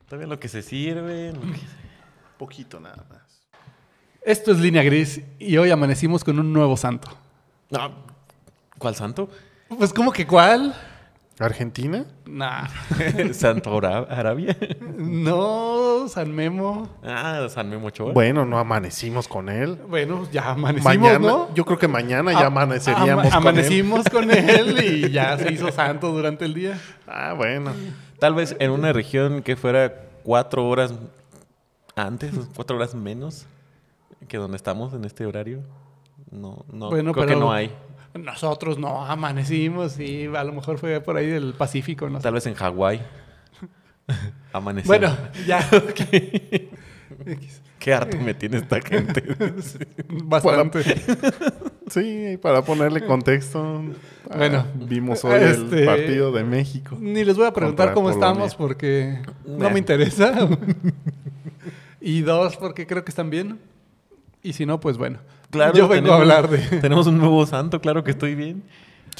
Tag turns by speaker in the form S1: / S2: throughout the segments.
S1: Está bien lo que se sirve. lo que se-
S2: Poquito nada más.
S3: Esto es Línea Gris y hoy amanecimos con un nuevo santo.
S1: No, ¿Cuál santo?
S3: Pues, ¿cómo que cuál?
S2: ¿Argentina?
S3: Nah.
S1: ¿Santo Ara- Arabia?
S3: No, San Memo.
S1: Ah, San Memo Ochoa.
S2: Bueno, no amanecimos con él.
S3: Bueno, ya amanecimos,
S2: Mañana,
S3: ¿no?
S2: yo creo que mañana ya
S3: A-
S2: amaneceríamos. con
S3: ama-
S2: él.
S3: amanecimos con él. y ya se hizo santo durante el día.
S2: Ah, bueno.
S1: Tal vez en una región que fuera cuatro horas antes, cuatro horas menos que donde estamos en este horario. No, no,
S3: Bueno,
S1: creo
S3: pero-
S1: que no hay.
S3: Nosotros no amanecimos y a lo mejor fue por ahí del Pacífico, no sé.
S1: Tal vez en Hawái. Amaneció.
S3: Bueno, ya.
S1: Qué harto me tiene esta gente.
S3: Bastante.
S2: Sí, para ponerle contexto. ah,
S3: Bueno.
S2: vimos hoy
S3: Este-
S2: el partido de México.
S3: Ni les voy a
S2: Contra
S3: preguntar cómo
S2: Polonia.
S3: estamos porque no
S1: Nah.
S3: me interesa. y dos, porque creo que están bien. Y si no, pues bueno. Yo vengo a hablar de
S1: Tenemos un nuevo santo, claro que estoy bien.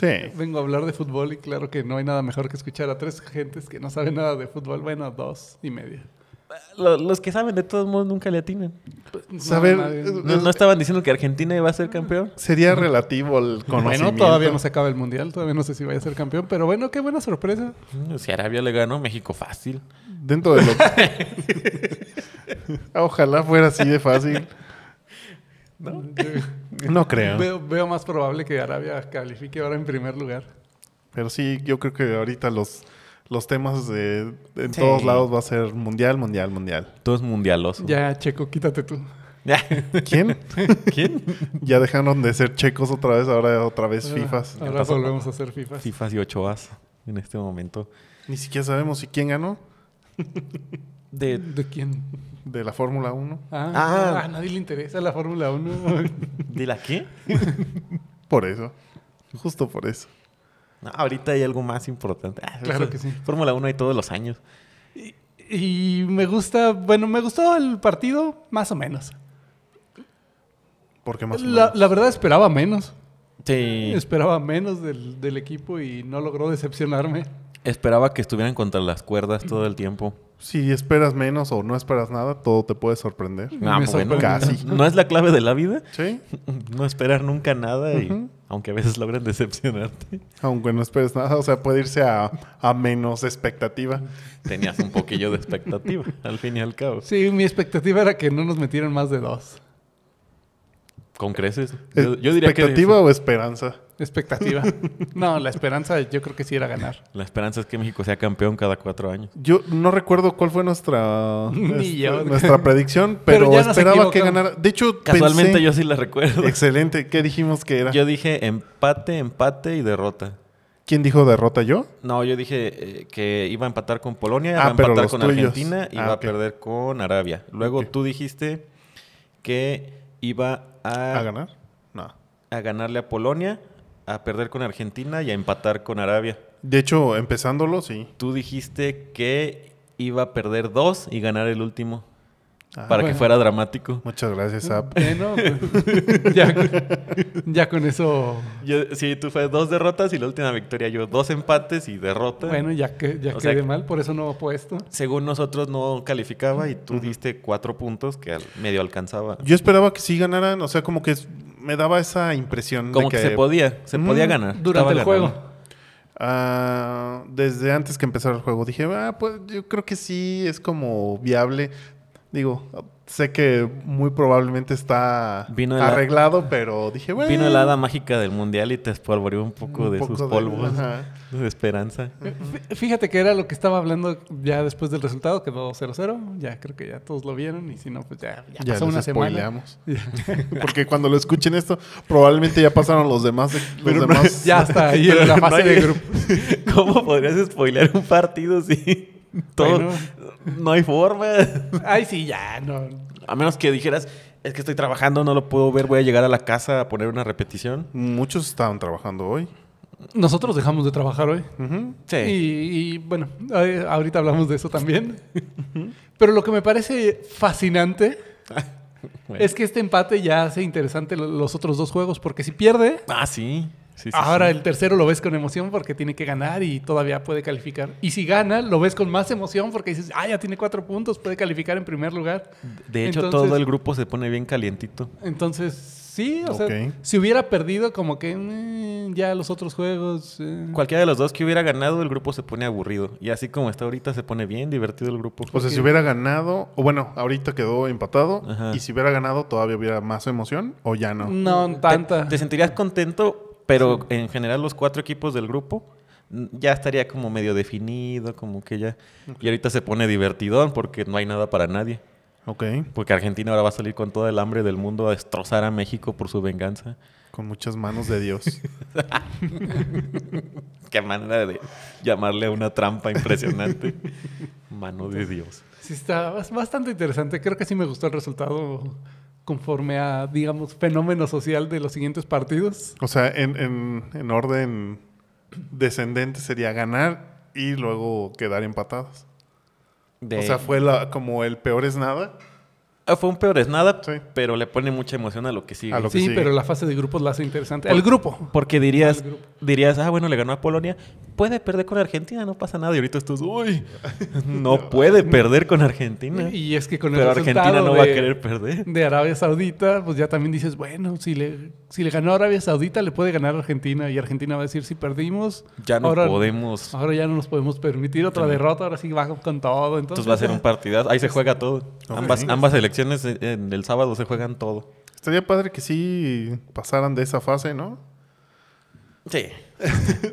S2: Sí.
S3: vengo a hablar de fútbol y claro que no hay nada mejor que escuchar a tres gentes que no saben nada de fútbol. Bueno, dos y media.
S1: Lo- Los que saben, de todos modos, nunca le atinan.
S3: No,
S2: Saber-
S3: nadie-
S1: No, no estaban diciendo que Argentina iba a ser campeón.
S2: Sería relativo el conocimiento.
S3: Bueno, todavía no se acaba el mundial, todavía no sé si vaya a ser campeón, pero bueno, qué buena sorpresa.
S1: Mm, Si Arabia le ganó, México fácil.
S2: Dentro de lo Ojalá fuera así de fácil.
S3: Yo-
S2: No creo.
S3: veo, veo más probable que Arabia califique ahora en primer lugar.
S2: Pero sí, yo creo que ahorita los, los temas de, en
S1: Sí.
S2: todos lados va a ser mundial, mundial, mundial.
S1: Todo es mundialoso.
S3: Ya, Checo, quítate tú.
S1: Ya.
S2: ¿Quién?
S1: ¿Quién?
S2: ya dejaron de ser checos otra vez, ahora otra vez FIFAs.
S3: Ahora
S1: pasó?
S3: volvemos a hacer FIFA.
S1: Fifas y Ochoas en este momento.
S2: Ni siquiera sabemos si quién ganó
S1: De,
S3: Eh, ¿De quién?
S2: de la Fórmula 1.
S3: Ah,
S1: Ah.
S3: a nadie le interesa la Fórmula 1.
S1: ¿De la qué?
S2: Por eso. Justo por eso.
S1: No, ahorita hay algo más importante. Ah,
S3: Claro
S1: eso-
S3: que sí.
S1: Fórmula 1 hay todos los años.
S3: y, y me gusta, bueno, me gustó el partido más o menos.
S2: Porque más o
S3: La,
S2: menos.
S3: la verdad esperaba menos.
S1: Sí.
S3: Esperaba menos del, del equipo y no logró decepcionarme.
S1: Esperaba que estuvieran contra las cuerdas todo el tiempo.
S2: Si esperas menos o no esperas nada, todo te puede sorprender.
S1: Ah,
S3: Me
S1: bueno,
S3: sorprendió.
S2: casi.
S1: ¿No es la clave de la vida?
S2: Sí,
S1: No esperar nunca nada y
S2: Ujú.
S1: aunque a veces logran decepcionarte.
S2: aunque no esperes nada, o sea, puede irse a, a menos expectativa.
S1: Tenías un poquillo de expectativa, al fin y al cabo.
S3: Sí, mi expectativa era que no nos metieran más de dos.
S1: Con creces. Yo,
S2: Yo,
S1: yo diría que
S2: ¿Expectativa o esperanza?
S3: Expectativa. no, la esperanza yo creo que sí era ganar.
S1: la esperanza es que México sea campeón cada cuatro años.
S2: Yo no recuerdo cuál fue nuestra,
S3: Ni
S2: este,
S3: yo.
S2: nuestra predicción,
S3: Pero
S2: pero,
S3: ya nos
S2: esperaba que
S3: equivocamos.
S2: ganara. De hecho,
S1: Casualmente
S2: pensé-
S1: yo sí la recuerdo.
S2: Excelente, ¿qué dijimos que era?
S1: Yo dije empate, empate y derrota.
S2: ¿Quién dijo derrota? ¿Yo?
S1: No, yo dije eh, que iba a empatar con Polonia,
S2: Ah,
S1: iba a
S2: pero
S1: empatar
S2: los
S1: con
S2: tuyos.
S1: Argentina y
S2: Ah,
S1: iba
S2: ok.
S1: a perder con Arabia. Luego
S2: Ok.
S1: tú dijiste que iba a,
S2: ¿A ganar? No.
S1: a ganarle a Polonia, a perder con Argentina y a empatar con Arabia.
S2: De hecho, empezándolo, sí.
S1: Tú dijiste que iba a perder dos y ganar el último
S2: Ah,
S1: para que
S3: bueno.
S1: fuera dramático.
S2: Muchas gracias, App.
S3: Bueno, pues, ya, ya con eso.
S1: Yo- sí, tú fue dos derrotas y la última victoria yo dos empates y derrota.
S3: Bueno, ya que ya
S1: O sea
S3: quedé
S1: que-
S3: mal, por eso no puesto.
S1: Según nosotros no calificaba y tú diste cuatro puntos que al- medio alcanzaba.
S2: Yo esperaba que sí ganaran, o sea, como que es- me daba esa impresión de
S1: Como que, se podía, se
S2: Mm,
S1: podía ganar.
S3: Durante el
S1: Estaba
S3: juego.
S1: ganando.
S2: Ah, desde antes que empezara el juego dije, ah, pues yo creo que sí es como viable. Digo, sé que muy probablemente está
S1: Vino el-
S2: arreglado, pero dije, bueno.
S1: Vino la hada mágica del mundial y te espolvoreó un poco
S2: un
S1: de
S2: poco
S1: sus polvos de,
S2: ajá.
S1: esperanza.
S3: Fí- Fíjate que era lo que estaba hablando ya después del resultado, quedó 0-0. Ya creo que ya todos lo vieron y si no, pues ya, ya
S2: Ya
S3: pasó
S2: les
S3: una semana.
S2: spoileamos. Porque cuando lo escuchen esto, probablemente ya pasaron los demás. Los
S3: Pero no-
S2: demás
S3: ya está ahí
S1: Pero
S3: en la
S1: no
S3: fase
S1: hay-
S3: de grupo.
S1: ¿Cómo podrías spoilear un partido si todo
S3: Bueno.
S1: no hay forma?
S3: Ay, sí, ya, no.
S1: A menos que dijeras, es que estoy trabajando, no lo puedo ver, voy a llegar a la casa a poner una repetición.
S2: Muchos estaban trabajando hoy.
S3: Nosotros dejamos de trabajar hoy.
S2: Ujú.
S1: Sí.
S3: Y, y, bueno, eh, ahorita hablamos de eso también. Pero lo que me parece fascinante
S1: Bueno.
S3: es que este empate ya hace interesante lo- los otros dos juegos, porque si pierde,
S1: Ah, sí. Sí, sí,
S3: Ahora
S1: sí.
S3: el tercero lo ves con emoción porque tiene que ganar y todavía puede calificar. Y si gana, lo ves con más emoción porque dices, ah, ya tiene cuatro puntos, puede calificar en primer lugar.
S1: De hecho,
S3: Entonces-
S1: todo el grupo se pone bien calientito.
S3: Entonces, sí, o
S2: Ok.
S3: sea, si hubiera perdido, como que eh, ya los otros juegos. eh.
S1: Cualquiera de los dos que hubiera ganado, el grupo se pone aburrido. Y así como está ahorita, se pone bien divertido el grupo.
S2: O sea, si
S3: Ok.
S2: hubiera ganado, o bueno, ahorita quedó empatado,
S1: Ajá.
S2: y si hubiera ganado todavía hubiera más emoción, o ya no.
S3: No, tanta.
S1: Te, te sentirías contento, pero en general los cuatro equipos del grupo mm, ya estaría como medio definido, como que ya... Y ahorita se pone divertidón porque no hay nada para nadie.
S2: Ok,
S1: Porque Argentina ahora va a salir con todo el hambre del mundo a destrozar a México por su venganza.
S2: con muchas manos de Dios.
S1: Qué manera de llamarle a una trampa impresionante. Mano de Dios.
S3: Sí, está bas- bastante interesante. Creo que sí me gustó el resultado conforme a, digamos, fenómeno social de los siguientes partidos.
S2: O sea, en, en- en orden descendente sería ganar y luego quedar empatados.
S1: De-
S2: O sea, fue la, como el peor es nada.
S1: Ah, fue un peor es nada,
S2: Sí.
S1: pero le pone mucha emoción a lo que sigue.
S2: A lo que
S3: Sí,
S2: sigue.
S3: pero la fase de grupos la hace interesante.
S1: Por-
S3: El grupo.
S1: Porque dirías,
S3: Al grupo.
S1: dirías, ah, bueno, le ganó a Polonia, puede perder con Argentina, no pasa nada. Y ahorita estos, uy, no puede perder con Argentina.
S3: Y es que con el
S1: Pero Argentina
S3: resultado
S1: no va a
S3: de-
S1: querer perder.
S3: de Arabia Saudita, pues ya también dices, bueno, si le, si le ganó Arabia Saudita, le puede ganar Argentina. Y Argentina va a decir, si perdimos,
S1: Ya no
S3: ahora- ah,
S1: podemos.
S3: ahora ya no nos podemos permitir otra derrota, ahora sí bajo con todo. Entonces,
S1: Entonces va a ser un partidazo. Ahí se juega todo.
S2: Ok.
S1: Ambas, ambas elecciones en- en el sábado se juegan todo.
S2: Estaría padre que sí pasaran de esa fase, ¿no?
S1: Sí.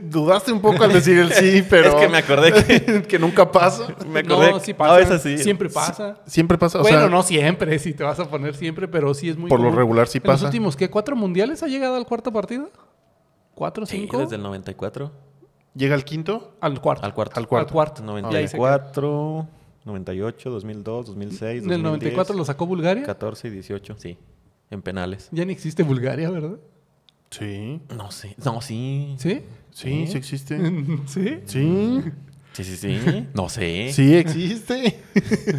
S2: Dudaste un poco al decir el sí, pero...
S1: Es que me acordé que
S2: que nunca pasa.
S1: me acordé.
S3: No,
S1: que-
S3: sí
S1: No,
S3: pasa.
S1: es así.
S3: Siempre pasa.
S2: Siempre pasa, o
S3: bueno,
S2: sea,
S3: no siempre, si te vas a poner siempre, pero sí es muy
S2: por lo
S3: común.
S2: regular sí
S3: ¿En los
S2: pasa.
S3: últimos, qué? ¿Cuatro mundiales ha llegado al cuarto partido? ¿Cuatro,
S1: Sí,
S3: cinco?
S1: desde el 94
S2: Llega el quinto.
S3: Al cuarto.
S1: al cuarto.
S2: Al cuarto.
S3: Al cuarto. Ah, Y ahí se queda.
S1: 94, 98, 2002, 2006,
S3: En el 94 lo sacó Bulgaria.
S1: 14 y 18, sí. En penales.
S3: Ya ni existe Bulgaria, ¿verdad?
S2: Sí.
S1: No sé. No, sí.
S3: ¿Sí?
S2: Sí,
S1: ¿Eh?
S2: sí existe.
S3: ¿Sí?
S2: Sí.
S1: Sí, sí, sí. No sé.
S2: Sí existe.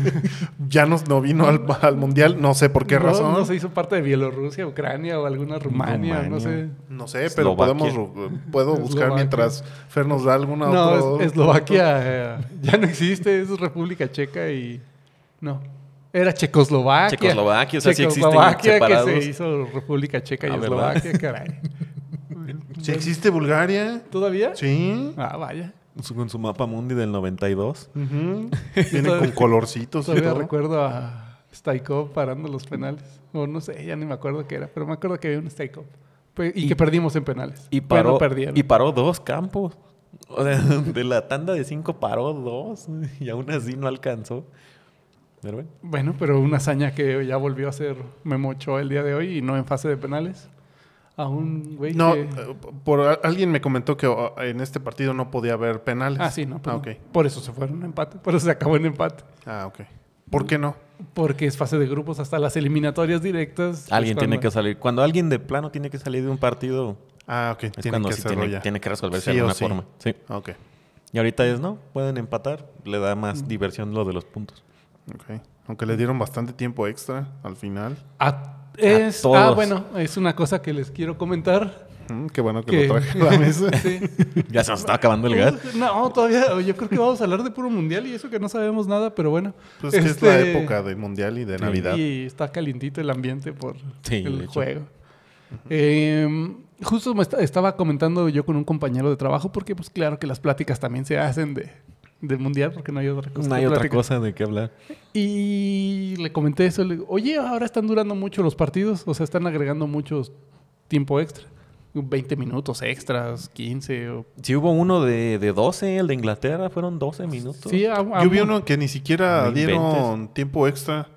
S2: ya nos, no vino al, al mundial, no sé por qué
S3: No,
S2: razón.
S3: No se hizo parte de Bielorrusia, Ucrania o alguna Rumania,
S1: Rumania.
S3: no sé.
S2: No sé, pero
S1: Eslovaquia.
S2: podemos ru- puedo buscar
S3: Eslovaquia.
S2: mientras Fer nos da alguna
S3: No, es-
S2: otro-
S3: Eslovaquia eh, ya no existe, es República Checa y. No. Era Checoslovaquia.
S1: Checoslovaquia, o sea, sí existen
S3: Checoslovaquia que
S1: separados.
S3: se hizo República Checa y
S1: Ah, ¿verdad?
S3: Eslovaquia, caray.
S2: Sí existe Bulgaria.
S3: ¿Todavía?
S2: Sí.
S3: Ah, vaya.
S1: Su- Con su mapa mundi del 92.
S2: Ujú. Viene con colorcitos y
S3: Todavía
S2: todo.
S3: recuerdo a Staikov parando los penales. O no sé, ya ni me acuerdo qué era, pero me acuerdo que había un Staikov. Pe- Y, que perdimos en penales.
S1: Y paró,
S3: Bueno, perdieron.
S1: y paró dos campos. O sea, de la tanda de cinco paró dos. Y aún así no alcanzó. Pero bueno.
S3: Bueno, pero una hazaña que ya volvió a ser Memo Ochoa el día de hoy y no en fase de penales. A un güey
S2: No,
S3: que-
S2: eh, por alguien me comentó que oh, en este partido no podía haber penales.
S3: Ah, sí, no. pues
S2: Ah,
S3: no.
S2: ok.
S3: Por eso se fueron a empate. Por eso se acabó en empate.
S2: Ah, ok. ¿Por qué no?
S3: Porque es fase de grupos hasta las eliminatorias
S2: Pues
S3: directas.
S1: Alguien
S3: es
S1: tiene
S3: cuando-
S1: que salir. Cuando alguien de plano tiene que salir de un partido,
S2: Ah, ok.
S1: es
S2: Tienen
S1: cuando
S2: que
S1: sí
S2: hacerlo
S1: tiene,
S2: ya.
S1: tiene que resolverse
S2: Sí
S1: de
S2: o
S1: alguna
S2: sí.
S1: forma. Sí.
S2: Ok.
S1: Y ahorita es, no, pueden empatar. Le da
S2: Mm.
S1: más diversión lo de los puntos.
S2: Ok. Aunque le dieron bastante tiempo extra al final.
S3: A- es- Ah,
S1: todos.
S3: bueno, es una cosa que les quiero comentar.
S2: Mm, qué bueno que
S3: ¿Qué?
S2: lo traje a la mesa.
S3: Sí.
S1: Ya se nos está acabando el gas.
S3: No, todavía. Yo creo que vamos a hablar de puro mundial y eso que no sabemos nada, pero bueno.
S2: Pues que es la
S3: Este-
S2: época del mundial y de
S1: Sí.
S2: Navidad.
S3: Y está calientito el ambiente por
S1: Sí, de
S3: el
S1: hecho.
S3: juego. Eh, justo me esta- estaba comentando yo con un compañero de trabajo, porque pues claro que las pláticas también se hacen de, de mundial, porque no hay otra cosa.
S1: No
S3: que
S1: hay otra
S3: platicar.
S1: cosa de qué hablar.
S3: Y le comenté eso, le digo, oye, ahora están durando mucho los partidos, o sea, están agregando mucho tiempo extra. 20 minutos extras, 15 o...
S1: Si hubo uno de, de 12, el de Inglaterra, fueron 12 minutos.
S3: Sí, a- a-
S2: Yo vi uno que ni siquiera
S1: No
S2: dieron tiempo extra.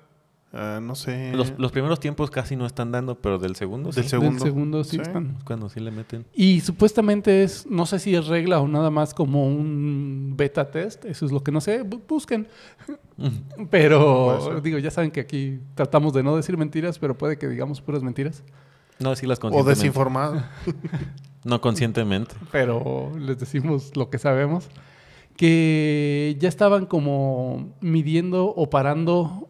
S2: Ah, no sé.
S1: Los, los primeros tiempos casi no están dando, pero del segundo
S2: Del
S1: sí.
S2: segundo.
S3: Eh. del segundo sí
S2: Sí.
S3: están.
S1: Es cuando sí le meten.
S3: Y supuestamente es, no sé si es regla o nada más como un beta test, eso es lo que no sé, bu- busquen.
S2: Puede
S3: Pero
S2: ser.
S3: digo, ya saben que aquí tratamos de no decir mentiras, pero puede que digamos puras mentiras.
S1: No, sí las
S2: o
S1: conscientemente.
S2: desinformado.
S1: no conscientemente.
S3: pero les decimos lo que sabemos, que ya estaban como
S1: Ah.
S3: midiendo o parando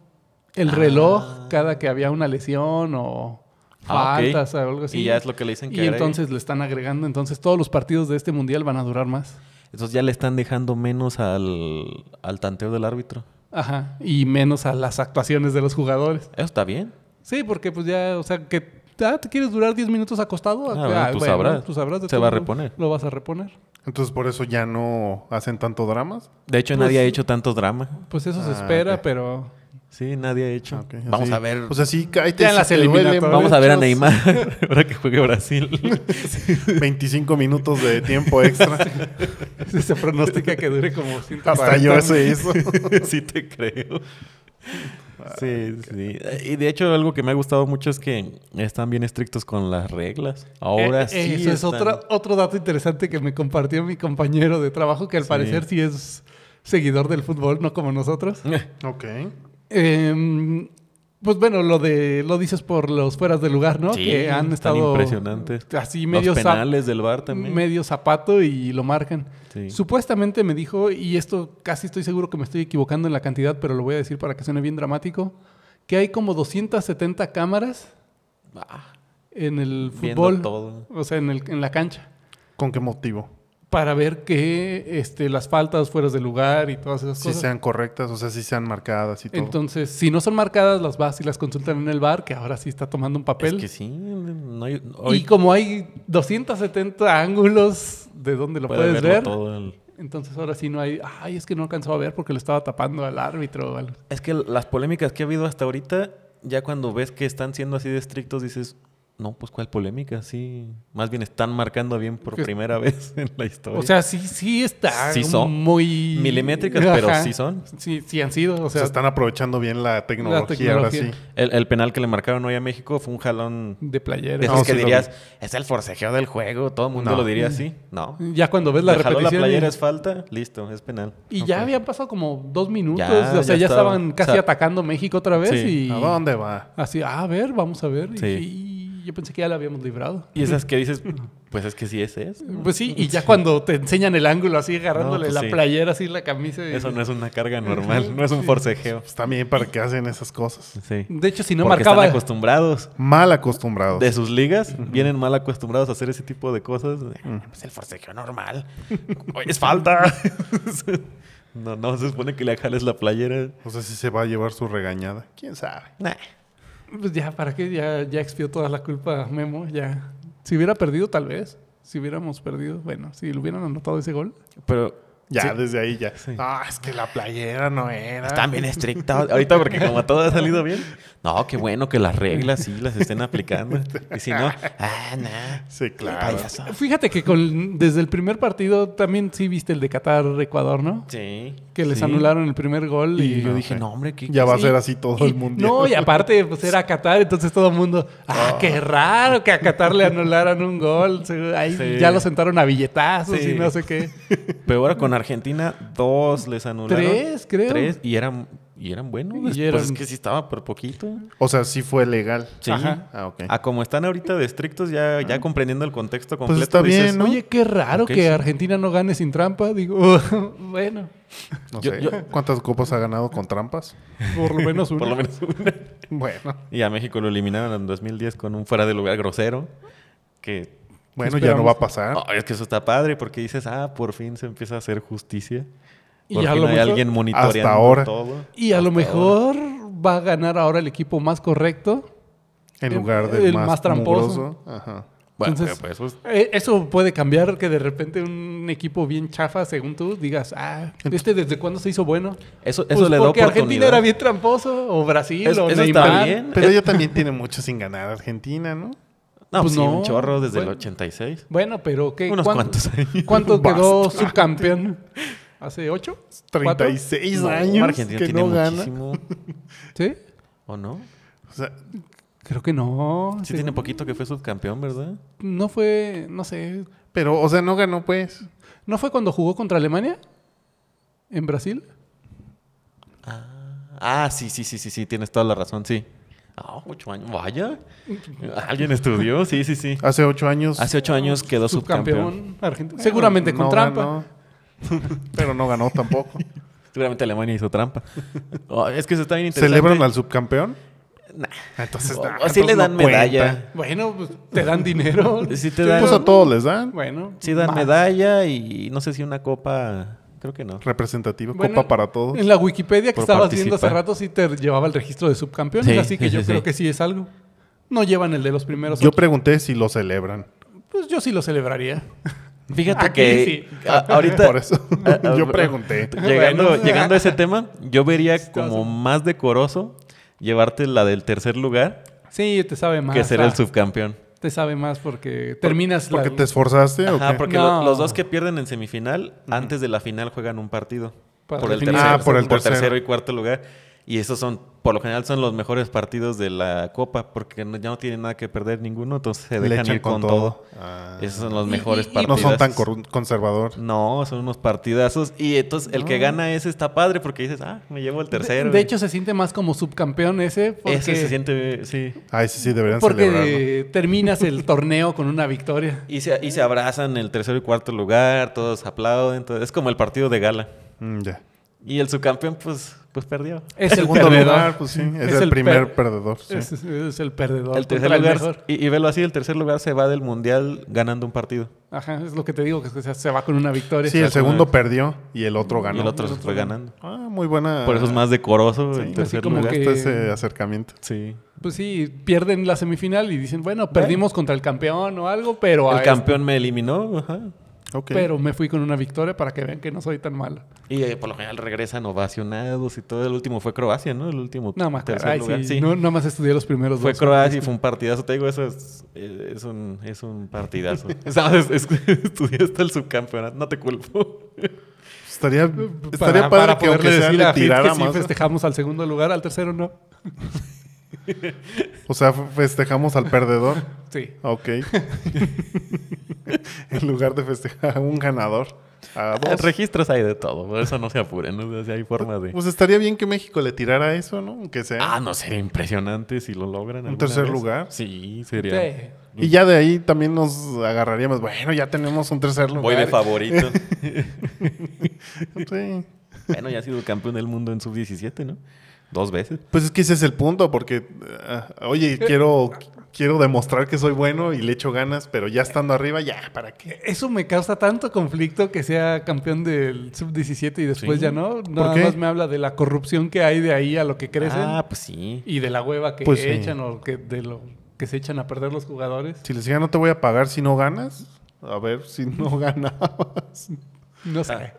S3: el reloj cada que había una lesión o
S1: Ah, ok.
S3: faltas o algo así.
S1: Y ya es lo que le dicen que
S3: Pues Y
S1: agregue.
S3: entonces le están agregando, entonces todos los partidos de este mundial van a durar más.
S1: Entonces ya le están dejando menos al, al tanteo del árbitro.
S3: Ajá, y menos a las actuaciones de los jugadores.
S1: Eso está bien.
S3: Sí, porque pues ya, o sea, que ah, te quieres durar 10 minutos acostado,
S1: Ah,
S3: Ah,
S1: bueno, tú sabrás.
S3: tú sabrás de
S1: Se
S3: todo
S1: va a
S3: modo,
S1: reponer.
S3: Lo vas a reponer.
S2: Entonces por eso ya no hacen tanto dramas.
S1: De hecho,
S3: Pues-
S1: nadie ha hecho tantos drama.
S3: Pues eso se
S2: Ah,
S3: espera,
S2: ok.
S3: pero
S1: Sí, nadie ha hecho.
S2: Ah, ok,
S1: Vamos
S2: así-
S1: a ver.
S3: Pues, eh,
S2: O sea, sí, cállate,
S3: Ya en
S2: si
S3: las
S2: te duele,
S3: eliminatorias.
S1: Vamos a ver a
S2: muchachos.
S1: Neymar ahora que juegue Brasil.
S2: 25 minutos de tiempo extra.
S3: se pronostica que dure como 140.
S2: Hasta yo
S3: Eh,
S2: ese eso.
S1: sí te creo. Sí, sí. Y de hecho, algo que me ha gustado mucho es que están bien estrictos con las reglas. Ahora
S3: Eh,
S1: sí.
S3: Eso es
S1: están-
S3: otro, otro dato interesante que me compartió mi compañero de trabajo, que al
S1: Sí.
S3: parecer sí es seguidor del fútbol, no como nosotros.
S2: ok.
S3: Eh, pues bueno, lo de lo dices por los fueras de lugar, ¿no?
S1: Sí,
S3: que
S1: están
S3: han estado
S1: impresionantes.
S3: así medio,
S1: Los
S3: za-
S1: penales del bar también.
S3: medio zapato y lo marcan.
S1: Sí.
S3: Supuestamente me dijo, y esto casi estoy seguro que me estoy equivocando en la cantidad, pero lo voy a decir para que suene bien dramático, que hay como 270 cámaras
S1: Ah,
S3: en el
S1: viendo
S3: fútbol,
S1: todo.
S3: o sea, en, el- en la cancha,
S2: ¿Con qué motivo?
S3: para ver que este, las faltas fueras de lugar y todas esas
S2: Si
S3: cosas.
S2: sean correctas, o sea, si sean marcadas y todo.
S3: Entonces, si no son marcadas, las vas y las consultan en el bar, que ahora sí está tomando un papel.
S1: Es que sí. No hay,
S3: Y como hay 270 ángulos de donde lo puedes ver, entonces ahora sí no hay. Ay, es que no alcanzó a ver porque lo estaba tapando al árbitro. o algo".
S1: Es que las polémicas que ha habido hasta ahorita, ya cuando ves que están siendo así de estrictos, dices, no, pues cuál polémica, sí. Más bien están marcando bien por
S3: Que-
S1: primera vez en la historia.
S3: O sea, sí, sí está
S1: Sí
S3: como
S1: son
S3: muy.
S1: milimétricas, pero sí son.
S3: Sí, sí han sido. O
S2: o sea,
S3: sea,
S2: están aprovechando bien la tecnología, ahora sí.
S3: tecnología.
S1: El, el penal que le marcaron hoy a México fue un jalón
S3: de playera.
S1: de esos
S2: No,
S1: que
S2: sí lo
S1: dirías, es el forcejeo del juego, todo el mundo
S2: No.
S1: lo diría así.
S3: Mm.
S1: No.
S3: Ya cuando ves la
S1: Le jaló la
S3: repetición. y-
S1: playera es falta, listo, es penal.
S3: y
S2: Ok.
S3: ya habían pasado como dos minutos.
S1: Ya,
S3: o sea,
S1: ya
S3: ya,
S1: estaba.
S3: estaban casi
S1: O sea,
S3: atacando México otra vez.
S1: sí.
S3: Y
S2: ¿A dónde va?
S3: así, "Ah, a ver, vamos a ver. Y-
S1: Sí.
S3: y yo pensé que ya la habíamos librado.
S1: Y esas que dices, pues es que sí ese es.
S3: Pues sí, y ya cuando te enseñan el ángulo así, agarrándole
S1: No, pues
S3: la
S1: sí.
S3: playera, así la camisa. y-
S1: Eso no es una carga normal, no es un forcejeo.
S2: Pues también para que hacen esas cosas.
S1: Sí.
S3: De hecho, si no
S1: Porque
S3: marcaba.
S1: están acostumbrados.
S2: Mal acostumbrados.
S1: de sus ligas vienen mal acostumbrados a hacer ese tipo de cosas. Pues el forcejeo normal. Oye, es falta. no, no, se supone que le jales la playera.
S2: O sea, si se va a llevar su regañada. ¿Quién sabe?
S1: Nah.
S3: Pues ya, ¿para qué? Ya, ya expió toda la culpa Memo, ya. Si hubiera perdido, tal vez. Si hubiéramos perdido, bueno, si le hubieran anotado ese gol.
S1: Pero
S2: Ya,
S1: Sí.
S2: desde ahí ya.
S1: Sí.
S2: Ah, es que la playera no era.
S1: están
S3: Ah.
S1: bien estrictos. Ahorita porque como todo ha salido bien. No, qué bueno que las reglas sí las estén aplicando. Y si no, ah, nah.
S2: Sí, claro.
S1: Payaso.
S3: Fíjate que con, desde el primer partido también sí viste el de Qatar-Ecuador, ¿no?
S1: Sí.
S3: Que les
S1: sí.
S3: anularon el primer gol y...
S1: Y yo
S2: Ah,
S1: dije,
S2: ok.
S1: no, hombre, ¿qué?
S2: Ya va a
S3: Sí.
S2: ser así todo
S3: y-
S2: el mundo.
S3: No, y aparte, pues era Qatar, entonces todo el mundo, ah, qué raro que a Qatar le anularan un gol. Se- Ahí
S1: Sí.
S3: ya lo sentaron a billetazos
S1: Sí.
S3: y no sé qué.
S1: Pero ahora con Argentina, dos les anularon.
S3: Tres, creo.
S1: Tres, y eran, y eran buenos.
S3: Y
S1: Pues
S3: eran-
S1: es que sí estaba por poquito.
S2: O sea, sí fue legal.
S1: Sí.
S3: Ajá.
S2: Ah, ok.
S1: A como están ahorita de estrictos, ya,
S3: Ah.
S1: ya comprendiendo el contexto
S3: Pues
S1: completo.
S2: está bien,
S1: dices,
S2: ¿no?
S3: Oye, qué raro
S1: Ok, sí.
S3: que Argentina no gane sin trampa. Digo, bueno,
S2: No
S1: Yo-
S2: sé.
S1: yo-
S2: ¿Cuántas copas ha ganado con trampas?
S3: por lo menos uno.
S1: Por lo menos una.
S2: Bueno.
S1: Y a México lo eliminaron en 2010 con un fuera de lugar grosero. Que
S2: Bueno, ya
S3: Esperamos.
S2: no va a
S3: Ah.
S2: pasar.
S1: Ay, es que eso está padre porque dices, ah, por fin se empieza a hacer justicia.
S3: Y
S1: Por
S3: a
S1: fin
S3: lo
S1: hay
S3: mejor-
S1: alguien monitoreando
S2: Hasta ahora.
S1: todo.
S3: Y a lo
S1: Hasta
S3: mejor va a ganar ahora el equipo más correcto.
S2: En
S3: el-
S2: lugar del
S3: el
S2: más,
S3: más tramposo.
S2: mugroso. Ajá.
S1: Bueno,
S3: Entonces-
S1: pero pues, eso es-
S3: Eh, Eso puede cambiar que de repente un equipo bien chafa, según tú, digas, ah, ¿este desde cuándo se hizo bueno?
S1: eso,
S3: Pues
S1: eso le da
S3: porque
S1: oportunidad.
S3: Argentina era bien tramposo, o Brasil,
S1: Es-
S3: o
S1: eso
S3: Neymar.
S1: está bien.
S2: Pero
S1: Eh,
S2: ella también tiene mucho sin ganar Argentina, ¿no?
S1: No,
S3: Pues
S1: pues sí,
S3: no.
S1: un chorro desde
S3: Bueno.
S1: el 86.
S3: Bueno, pero ¿qué?
S1: Unos
S3: ¿Cuán-
S1: cuantos años.
S3: ¿Cuánto quedó subcampeón? ¿Hace ocho? ¿Cuatro?
S2: 36
S1: No,
S2: años
S1: Argentina
S2: que
S1: tiene
S2: no gana.
S1: muchísimo.
S3: ¿Sí?
S1: ¿O no?
S2: O sea,
S3: Creo que no.
S1: Sí, tiene poquito que fue subcampeón, ¿verdad?
S3: No fue, no sé,
S2: pero, o sea, no ganó, pues.
S3: ¿no fue cuando jugó contra Alemania? ¿En Brasil?
S1: Ah, sí, sí, sí, sí, sí, tienes toda la razón, sí. Ah, ocho años, vaya. Alguien estudió, sí, sí, sí.
S2: Hace ocho años.
S1: Hace ocho años quedó subcampeón.
S3: Argentina.
S2: Bueno,
S3: Seguramente con
S2: no
S3: trampa.
S2: ganó. pero no ganó tampoco.
S1: Seguramente Alemania hizo trampa. Oh, es que eso está bien interesante.
S2: ¿Celebran al subcampeón?
S1: Nah.
S2: Entonces,
S1: O-
S2: nah,
S1: o sí
S2: entonces
S1: Oh, le dan
S2: no cuenta.
S1: medalla.
S3: Bueno, pues te dan dinero.
S1: Sí te
S2: Sí,
S1: dan,
S2: pues a todos les dan.
S3: Bueno.
S1: sí dan
S3: más.
S1: medalla y no sé si una copa, creo que no.
S2: Representativa,
S3: Bueno,
S2: copa para todos.
S3: En la Wikipedia que
S1: Por
S3: estabas
S1: participar.
S3: viendo hace rato sí te llevaba el registro de subcampeones,
S1: Sí,
S3: así que
S1: sí,
S3: yo
S1: sí,
S3: creo
S1: sí.
S3: que sí es algo. No llevan el de los primeros.
S2: Yo
S3: ocho.
S2: pregunté si lo celebran.
S3: pues yo sí lo celebraría.
S1: Fíjate
S3: Aquí
S1: que
S3: sí.
S1: a- ahorita
S2: Por eso
S1: Ah, ah,
S2: yo pregunté.
S1: llegando,
S3: Bueno.
S1: llegando a ese tema, yo vería
S3: Estás-
S1: como más decoroso llevarte la del tercer lugar
S3: Sí, te sabe más.
S1: que ser el
S3: ah,
S1: subcampeón.
S3: Te sabe más porque terminas
S2: ¿Porque
S3: la-
S2: te esforzaste o
S1: Ajá,
S2: qué?
S1: porque lo-
S3: No.
S1: los dos que pierden en semifinal, antes de la final juegan un partido.
S3: Para
S1: por el
S3: definir.
S1: tercero.
S2: Ah, por el tercero.
S1: y cuarto lugar. Y esos son, por lo general, son los mejores partidos de la Copa, porque no- ya no tienen nada que perder ninguno, entonces se
S2: Le
S1: dejan
S2: echan
S1: ir con,
S2: con
S1: todo.
S2: todo. Ah.
S1: Esos son los
S3: Y-
S1: mejores
S3: y- y-
S1: partidos.
S2: No son tan corru- conservador.
S1: No, son unos partidazos. Y entonces el que
S3: No.
S1: gana ese está padre, porque dices, ah, me llevo el
S3: de-
S1: tercero.
S3: De, hecho, se siente más como subcampeón ese porque,
S1: ese se siente, sí.
S2: Ay, sí, sí, deberían celebrarlo.
S3: porque terminas el torneo con una victoria.
S1: Y se, y se abrazan el tercero y cuarto lugar, todos aplauden, entonces, es como el partido de gala.
S2: Mm, ya.
S1: Y el subcampeón, pues, pues perdió.
S3: Es el
S2: Segundo
S3: perdedor.
S2: lugar, pues sí, es, el, primer
S3: per-
S2: perdedor. sí.
S3: Es, es el perdedor.
S1: El tercer
S3: contra el
S1: lugar,
S3: mejor.
S1: y, y velo así, el tercer lugar se va del mundial ganando un partido.
S3: Ajá, es lo que te digo, que se, se va con una victoria.
S2: Sí, el
S1: Exacto.
S2: segundo perdió y el otro ganó.
S1: Y el otro se
S3: otro
S1: fue
S3: ganó.
S1: ganando.
S2: Ah, muy buena.
S1: Por eso es más decoroso
S2: así
S1: el tercer
S3: como
S1: lugar.
S3: que-
S2: Hasta ese acercamiento.
S1: Sí.
S3: Pues sí, pierden la semifinal y dicen, bueno, perdimos contra el campeón o algo, pero, a
S1: El
S3: este-
S1: campeón me eliminó, ajá.
S2: Ok.
S3: pero me fui con una victoria para que vean que no soy tan malo.
S1: Y eh, por lo general regresan ovacionados y todo. El último fue Croacia, ¿no? El último
S3: Nada más,
S1: tercer
S3: ay,
S1: lugar.
S3: sí,
S1: Sí.
S3: No, nada más estudié los primeros
S1: Fue
S3: dos.
S1: Croacia y fue un partidazo. Te digo, eso es, eh, es, un, es un partidazo. O sea, es- es- estudiaste el subcampeonato, no te culpo.
S2: Estaría,
S3: Para-
S2: estaría padre
S3: eh, para
S2: que aunque
S3: poderle
S2: sea
S3: decir
S2: le
S3: a Fit
S2: tirara
S3: que sí
S2: más.
S3: festejamos al segundo lugar, al tercero no.
S2: O sea, f- festejamos al perdedor.
S3: Sí.
S2: Ok. en lugar de festejar a un ganador. A
S1: En
S2: dos.
S1: registros hay de todo, por eso no se apuren. ¿no? O sea, hay forma de.
S2: Pues estaría bien que México le tirara eso, ¿no? Aunque sea.
S1: Ah, no, sería impresionante si lo logran.
S2: ¿Un
S1: alguna
S2: tercer
S1: vez.
S2: lugar?
S1: Sí,
S3: Sí.
S1: sería.
S2: Y ya de ahí también nos agarraríamos. Bueno, ya tenemos un tercer lugar.
S1: Voy de favorito.
S2: Sí.
S1: bueno, ya ha sido campeón del mundo en sub-17, ¿no? Dos veces.
S2: Pues es que ese es el punto, porque, ah, oye, quiero, quiero demostrar que soy bueno y le echo ganas, pero ya estando arriba, ya, ¿para qué?
S3: Eso me causa tanto conflicto que sea campeón del sub-17 y después
S1: Sí.
S3: ya no. Nada
S2: qué?
S3: más me habla de la corrupción que hay de ahí a lo que crecen
S1: Ah, pues sí.
S3: y de la hueva que
S2: Pues sí.
S3: echan o que, de lo que se echan a perder los jugadores.
S2: Si le decía, no te voy a pagar si no ganas, a ver si no ganabas.
S3: No sé. Ah.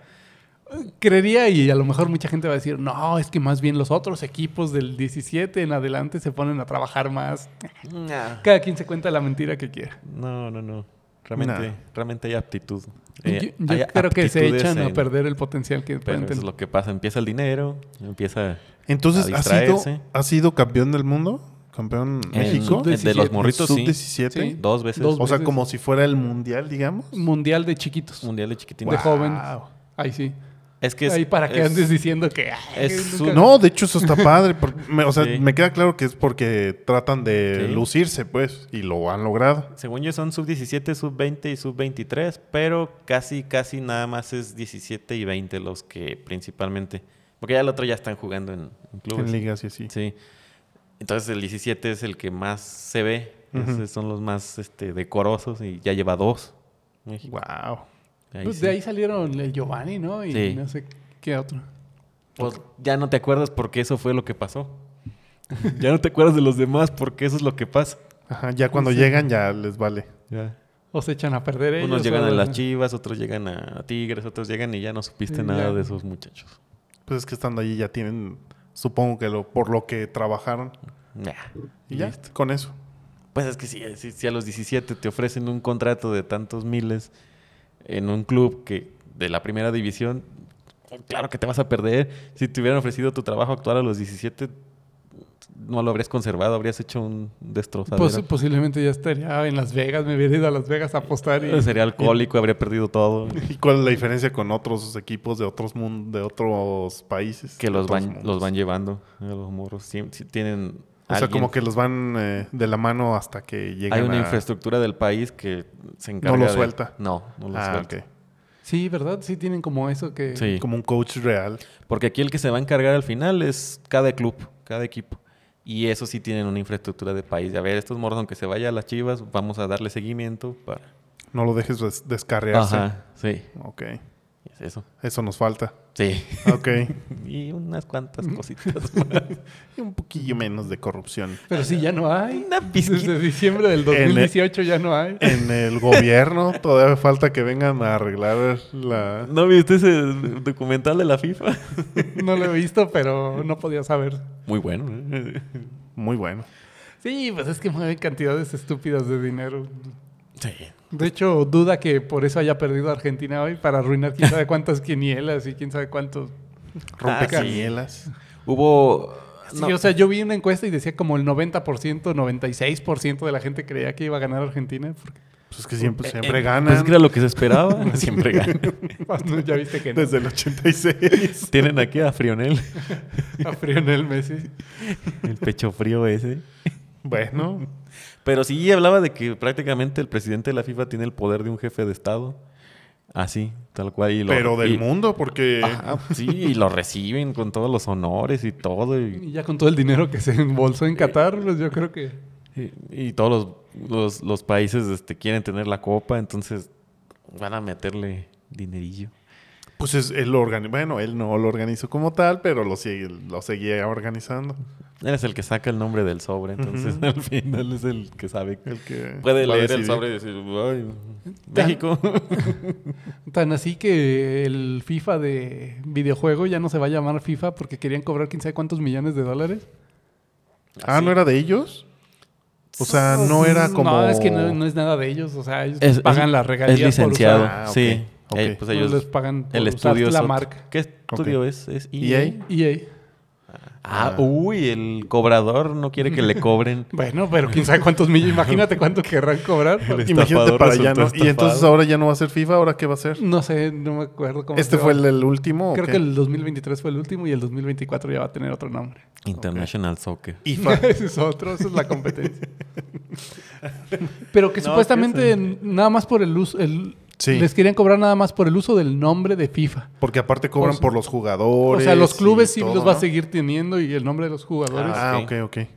S3: Creería, y a lo mejor mucha gente va a decir, no, es que más bien los otros equipos del 17 en adelante se ponen a trabajar más.
S1: Nah.
S3: Cada quien se cuenta la mentira que quiera.
S1: No, no, no. Realmente,
S2: Nah.
S1: realmente hay aptitud. Eh,
S3: yo yo
S1: hay
S3: creo que se
S1: aptitudes
S3: echan a
S1: en-
S3: perder el potencial que
S1: Pero
S3: pueden
S1: eso es
S3: tener.
S1: lo que pasa. Empieza el dinero, empieza.
S2: Entonces,
S1: A
S2: ¿has sido,
S1: distraerse.
S2: ¿has sido campeón del mundo? ¿Campeón México?
S1: En- en de los
S3: Sub-17.
S1: morritos, sí.
S2: Sub-17.
S3: Sí.
S1: Dos veces.
S3: Dos
S2: O sea,
S3: veces.
S2: como si fuera el mundial, digamos.
S3: Mundial de chiquitos,
S1: Mundial de chiquitín.
S3: de jóvenes. Ahí sí.
S1: Es que es,
S3: Ahí para que
S1: es-
S3: andes diciendo que... ay,
S1: es
S3: nunca-
S1: un-
S2: No, de hecho, eso está padre. porque me- o sea,
S1: Sí.
S2: me queda claro que es porque tratan de
S1: Sí.
S2: lucirse, pues, y lo han logrado.
S1: Según yo son sub 17, sub 20 y sub 23, pero casi, casi nada más es 17 y 20 los que principalmente. Porque ya el otro ya están jugando en, en clubes.
S2: En ligas y así.
S1: Sí. Entonces el 17 es el que más se ve.
S2: Ujú.
S1: Esos son los más este, decorosos y ya lleva dos. México.
S2: Wow.
S1: Ahí
S3: pues
S1: sí.
S3: De ahí salieron el Giovanni, ¿no? Y
S1: Sí.
S3: no sé qué otro.
S1: Pues, ya no te acuerdas porque eso fue lo que pasó. ya no te acuerdas de los demás porque eso es lo que pasa.
S2: Ajá, ya cuando
S3: Sí.
S2: llegan ya les vale.
S1: Ya.
S3: O se echan a perder ellos.
S1: Unos llegan
S3: o-
S1: a las Chivas, otros llegan a Tigres, otros llegan y ya no supiste
S3: Sí,
S1: nada
S3: ya.
S1: de esos muchachos.
S2: Pues es que estando allí ya tienen, supongo que lo, por lo que trabajaron.
S1: Nah.
S2: Y ya,
S1: Listo.
S2: con eso.
S1: Pues es que si, si- si a los 17 te ofrecen un contrato de tantos miles en un club que de la primera división, claro que te vas a perder. Si te hubieran ofrecido tu trabajo actual a los 17, no lo habrías conservado, habrías hecho un destrozadero.
S3: Pos- Pues, posiblemente ya estaría en Las Vegas, me hubiera ido a Las Vegas a apostar pues, y
S1: Sería alcohólico, habría perdido todo.
S2: ¿Y cuál es la diferencia con otros equipos de otros mun- de otros países?
S1: Que
S2: De
S1: los
S2: otros
S1: van,
S2: mundos?
S1: los van llevando a los morros. Sí, sí tienen
S2: O sea,
S1: alguien.
S2: como que los van eh, de la mano hasta que llegan
S1: hay una
S2: a-
S1: infraestructura del país que se encarga
S2: lo
S1: de-
S2: suelta.
S1: No, no lo
S2: Ah,
S1: suelta.
S2: ok.
S3: Sí, ¿verdad? Sí tienen como eso que...
S1: Sí.
S2: Como un coach real.
S1: Porque aquí el que se va a encargar al final es cada club, cada equipo. Y eso sí tienen una infraestructura de país. De, a ver, estos morros, aunque se vaya a las chivas, vamos a darle seguimiento para.
S2: No lo dejes des- descarriarse.
S1: Ajá, sí.
S2: Ok.
S1: Es eso.
S2: Eso nos falta.
S1: Sí.
S2: Ok.
S1: y unas cuantas cositas más.
S2: y un poquillo menos de corrupción.
S3: Pero sí, ya no hay.
S1: Una
S3: Desde
S1: pizquita.
S3: diciembre del 2018 ya no hay.
S2: En el gobierno todavía falta que vengan a arreglar la...
S1: ¿No viste ese documental de la FIFA?
S3: No lo he visto, pero no podía saber.
S1: Muy bueno. ¿eh?
S2: Muy bueno.
S1: Ah,
S3: Sí, pues es que mueven cantidades estúpidas de dinero.
S1: Sí.
S3: De hecho, duda que por eso haya perdido Argentina hoy para arruinar quién sabe cuántas quinielas y quién sabe cuántos.
S2: Rompecabielas.
S1: Hubo.
S3: Sí,
S1: no, pues
S3: O sea, yo vi una encuesta y decía como el 90%, 96% de la gente creía que iba a ganar Argentina. Porque
S2: Pues es que siempre,
S1: eh,
S2: siempre
S1: eh,
S2: ganan.
S1: Pues que era lo que se esperaba. Siempre ganan.
S3: cuando ya viste que no.
S2: Desde el 86.
S1: Tienen aquí a Frionel,
S3: A Lionel Messi.
S1: el pecho frío ese.
S2: bueno,
S1: Pero sí hablaba de que prácticamente el presidente de la FIFA tiene el poder de un jefe de Estado. Así, tal cual. Y lo-
S2: pero del
S1: y-
S2: mundo, porque...
S1: Ajá, sí, y lo reciben con todos los honores y todo. Y,
S3: Y ya con todo el dinero que se embolsó en Qatar, pues yo creo que.
S1: y- y todos los, los, los países este, quieren tener la copa, entonces van a meterle dinerillo.
S2: Pues es, él lo organizó. Bueno, él no lo organizó como tal, pero lo, sigue, lo seguía organizando.
S1: Eres el que saca el nombre del sobre, entonces
S2: Ujú.
S1: al final es el que sabe.
S2: El que
S1: Puede
S2: va a
S1: leer el
S2: decidir.
S1: sobre y decir, "Ay,
S3: Tan-
S1: México.
S3: Tan así que el FIFA de videojuego ya no se va a llamar FIFA porque querían cobrar quién sabe cuántos millones de dólares.
S2: Ah, ¿no era de ellos? O sea, no era como...
S3: No, es que no, no es nada de ellos. O sea, ellos
S1: Es-
S3: pagan
S1: es-
S3: las regalías.
S1: Es
S3: por usar-
S1: licenciado,
S2: Ah, ok,
S1: sí.
S2: ok.
S1: Eh, pues
S3: no
S1: ellos,
S3: les pagan por
S1: el
S3: usar
S1: estudio es
S3: la
S1: otro-
S3: marca.
S1: ¿Qué estudio es? ¿Es EA?
S2: EA?
S3: EA.
S1: Ah,
S2: Ah.
S1: uy, el cobrador no quiere que le cobren.
S3: Bueno, pero quién sabe cuántos millones. Imagínate cuánto querrán cobrar.
S1: El
S2: Imagínate
S1: estafador
S2: para allá,
S1: resultó
S2: ¿no? Y
S1: estafado.
S2: entonces ahora ya no va a ser FIFA, ¿ahora qué va a ser?
S3: No sé, no me acuerdo cómo.
S2: ¿Este
S3: se
S2: fue el,
S3: llama.
S2: el último? o
S3: Creo
S2: qué?
S3: que el 2023 fue el último y el 2024 ya va a tener otro nombre.
S1: International Soccer.
S2: IFA.
S3: Ese es otro, esa es la competencia. Pero que
S1: No,
S3: supuestamente
S1: es que
S3: n- nada más por el uso. el-
S2: Sí.
S3: Les querían cobrar nada más por el uso del nombre de FIFA.
S2: Porque aparte cobran
S3: O sea-
S2: por los jugadores.
S3: o sea, los clubes
S2: y
S3: sí
S2: todo,
S3: los va a
S2: ¿no?
S3: seguir teniendo y el nombre de los jugadores
S2: Ah, ok,
S1: Ok.
S2: ok.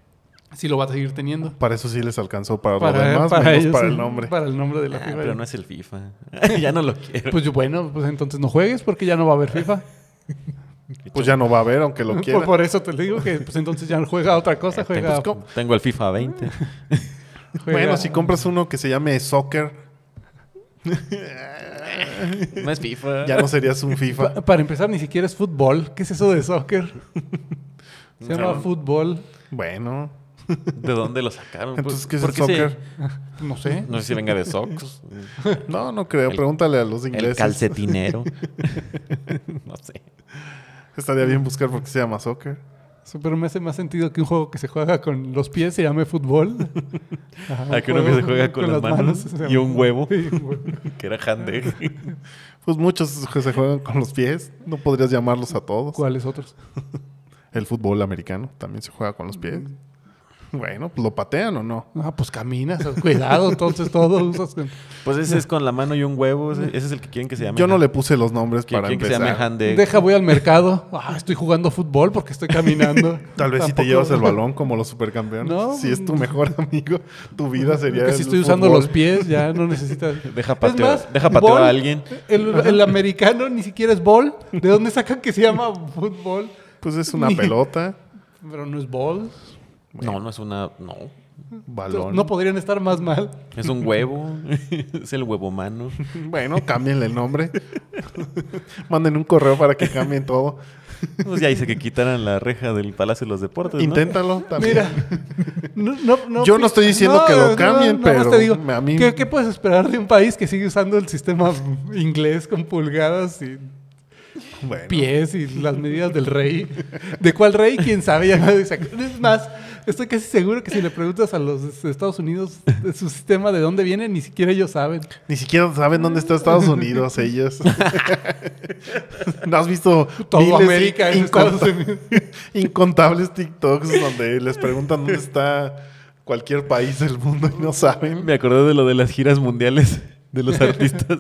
S3: sí lo va a seguir teniendo.
S2: Para eso sí les alcanzó para,
S3: Para,
S2: lo demás,
S3: para
S2: menos
S3: ellos,
S2: para
S3: sí,
S2: el nombre.
S3: Para el nombre de la
S1: Ah,
S3: FIFA.
S1: pero no es el FIFA. ya no lo quiero.
S3: Pues bueno, pues entonces no juegues porque ya no va a haber FIFA.
S2: Pues ya no va a haber, aunque lo
S3: Pues
S2: quiera.
S3: por eso te digo que pues entonces ya juega otra cosa,
S1: tengo,
S3: juega,
S1: tengo el FIFA 20.
S3: juega-
S2: Bueno, si compras uno que se llame Soccer,
S1: no es FIFA.
S2: ya no serías un
S3: Pa-
S2: FIFA.
S3: para empezar ni siquiera es fútbol. ¿Qué es eso de soccer? Se llama
S1: No.
S3: fútbol.
S2: Bueno,
S1: ¿De dónde lo sacaron?
S2: entonces, ¿qué
S1: Pues,
S2: es
S1: ¿por
S2: el soccer?
S1: se-
S3: No sé.
S1: no sé si venga de socks.
S2: No, no creo.
S1: El-
S2: Pregúntale a los
S1: el
S2: ingleses.
S1: calcetinero. no sé.
S2: Estaría bien buscar por qué se llama soccer.
S3: Sí, Pero me hace más sentido que un juego que se juega con los pies se llame fútbol. Ajá, un
S1: Hay Ah, que uno que
S3: juego
S1: se juega con, las manos,
S3: se llama-
S1: y un huevo,
S3: Sí, un huevo.
S1: que era handeg.
S2: Pues muchos que se juegan con los pies. No podrías llamarlos a todos.
S3: ¿Cuáles otros?
S2: El fútbol americano también se juega con los pies. Bueno, pues lo patean o no.
S3: Ah, pues caminas, cuidado, entonces todo usas. con-
S1: Pues ese es con la mano y un huevo. Ese, ese es el que quieren que se llame.
S2: Yo no
S1: hand-
S2: le puse los nombres
S1: que-
S2: para
S1: quieren que se
S2: empezar.
S1: llame handeg.
S3: Deja, voy al mercado. Ah, estoy jugando fútbol porque estoy caminando.
S2: Tal vez si te
S3: Tampoco-
S2: llevas el balón como los supercampeones.
S3: No.
S2: Si es tu mejor amigo, tu vida sería.
S3: Que si
S2: el
S3: estoy usando
S2: fútbol.
S3: los pies, ya no necesitas.
S1: Deja
S3: Es
S1: pateo,
S3: más,
S1: deja pateo
S3: bol.
S1: a alguien.
S3: El, el americano ni siquiera es bol. ¿De dónde sacan que se llama fútbol?
S2: Pues es una
S3: Ni-
S2: pelota,
S3: Pero no es bol.
S1: No, no es una. No.
S2: balón.
S3: No podrían estar más mal.
S1: Es un huevo. es el huevo humano.
S2: bueno, cámbienle el nombre. Manden un correo para que cambien todo.
S1: Pues ya hice que quitaran la reja del Palacio de los Deportes. ¿no?
S2: Inténtalo también.
S3: Pues Mira, no- no-
S2: Yo no estoy diciendo que lo cambien,
S3: nada más
S2: pero
S3: te digo,
S2: me- a mí-
S3: ¿qué, qué puedes esperar de un país que sigue usando el sistema inglés con pulgadas y
S2: Bueno,
S3: pies y las medidas del rey? ¿De cuál rey? ¿Quién sabe? Ya nadie se acu- Es más, estoy casi seguro que si le preguntas a los de Estados Unidos de su sistema de dónde viene, ni siquiera ellos saben.
S2: Ni siquiera saben dónde está Estados Unidos ellos. ¿No has visto
S3: Todo
S2: miles
S3: América es
S2: inconta-
S3: Estados Unidos.
S2: incontables TikToks donde les preguntan dónde está cualquier país del mundo y no saben?
S1: Me acordé de lo de las giras mundiales de los artistas.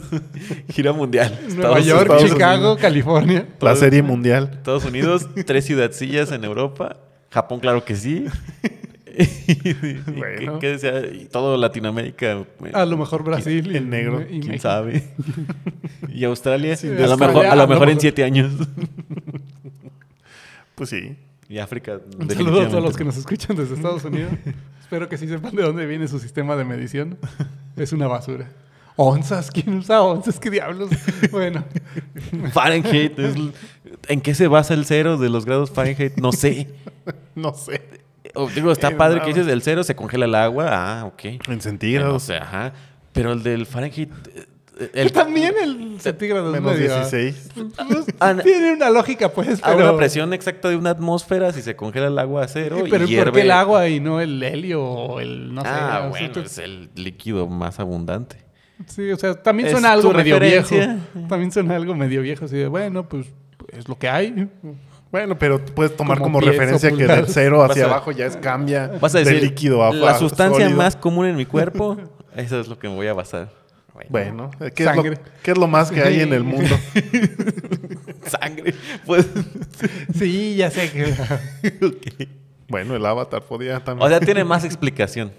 S1: Gira mundial.
S3: Nueva
S1: Estados-
S3: York,
S1: Estados-
S3: Chicago, California.
S2: La serie mundial.
S1: Estados Unidos, tres ciudadcillas en Europa Japón, claro que sí. Y- y- ¿qué,
S2: Bueno.
S1: qué decía? Y todo Latinoamérica. eh,
S3: A lo mejor Brasil. y-
S2: El negro,
S3: y
S1: ¿Quién
S3: México.
S1: sabe? y Australia,
S3: Sí,
S1: a,
S3: Australia,
S1: lo mejor, a
S3: a
S1: lo
S3: lo
S1: mejor en
S3: mejor.
S1: siete años.
S2: Pues sí.
S1: y África.
S3: Un saludo a
S1: definitivamente.
S3: todos los que nos escuchan desde Estados Unidos. Espero que sí sepan de dónde viene su sistema de medición. Es una basura. Onzas, ¿quién usa onzas? ¿Qué diablos? Bueno,
S1: Fahrenheit. es l- ¿En qué se basa el cero de los grados Fahrenheit? No sé.
S2: No sé.
S1: O, Oh, digo,
S2: Eh,
S1: está padre que
S2: mames.
S1: dices del cero se congela el agua. Ah, ok.
S2: En
S1: Bueno, o
S2: centígrados.
S1: sea, ajá. Pero el del Fahrenheit. eh, eh,
S3: que
S1: El,
S3: también el centígrado es
S2: Menos
S3: medio-
S2: 16.
S3: pues,
S1: Ana-
S3: tiene una lógica, pues,
S1: Ah, a
S3: pero...
S1: una presión exacta de una atmósfera, si se congela el agua a cero
S3: pero
S1: y
S3: ¿por
S1: hierve.
S3: qué el agua y no el helio o el no sé?
S1: ah,
S3: o sea,
S1: bueno,
S3: tú-
S1: es el líquido más abundante.
S3: Sí, o sea, también
S1: ¿Es
S3: suena algo
S1: tu
S3: medio viejo.
S1: referencia?
S3: También suena algo medio viejo, así de, bueno, pues es lo que hay.
S2: Bueno, pero tú puedes tomar
S3: Como
S2: como,
S3: pies o
S2: referencia que del
S3: pulgadas.
S2: cero hacia
S1: Vas a-
S2: abajo ya es cambia
S1: Vas a
S2: de
S1: decir,
S2: líquido a
S1: la
S2: a
S1: sustancia
S2: sólido.
S1: más común en mi cuerpo, eso es lo que me voy a basar.
S2: Bueno, ¿qué es, lo,
S3: Sangre.
S2: qué es lo más que hay en el mundo?
S1: Sangre. Pues,
S3: Sí, ya sé que...
S2: Bueno, el avatar podía también.
S1: o sea, tiene más explicación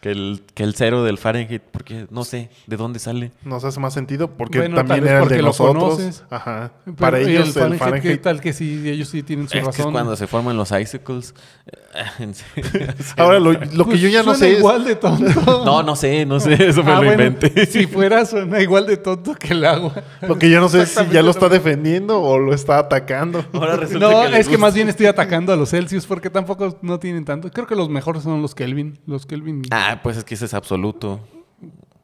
S1: que el, que el cero del Fahrenheit, porque no sé de dónde sale.
S2: nos hace más sentido porque
S3: Bueno,
S2: también
S3: tal vez
S2: era el
S3: porque
S2: de
S3: lo
S2: nosotros.
S3: conoces.
S2: Ajá.
S3: Pero,
S2: Para
S3: ¿y
S2: ellos
S3: el
S2: el
S3: ¿qué
S2: Fahrenheit.
S3: tal que sí, ellos sí tienen su
S1: Es que
S3: razón.
S1: es cuando se forman los icicles. En serio.
S2: Ahora, lo, lo que
S3: Pues
S2: yo ya no
S3: suena
S2: sé es...
S3: igual de tonto.
S1: No, no sé, no sé, eso me
S3: Ah,
S1: lo
S3: bueno,
S1: inventé.
S3: Si fuera, suena igual de tonto que el agua.
S2: Lo que yo no sé es si ya lo
S3: Exactamente
S2: está defendiendo o lo está atacando.
S1: Ahora resulta
S3: No,
S1: que le
S3: es que
S1: gusta.
S3: más bien estoy atacando a los Celsius porque tampoco no tienen tanto. Creo que los mejores son los Kelvin. Los Kelvin,
S1: Ah, pues es que ese es absoluto.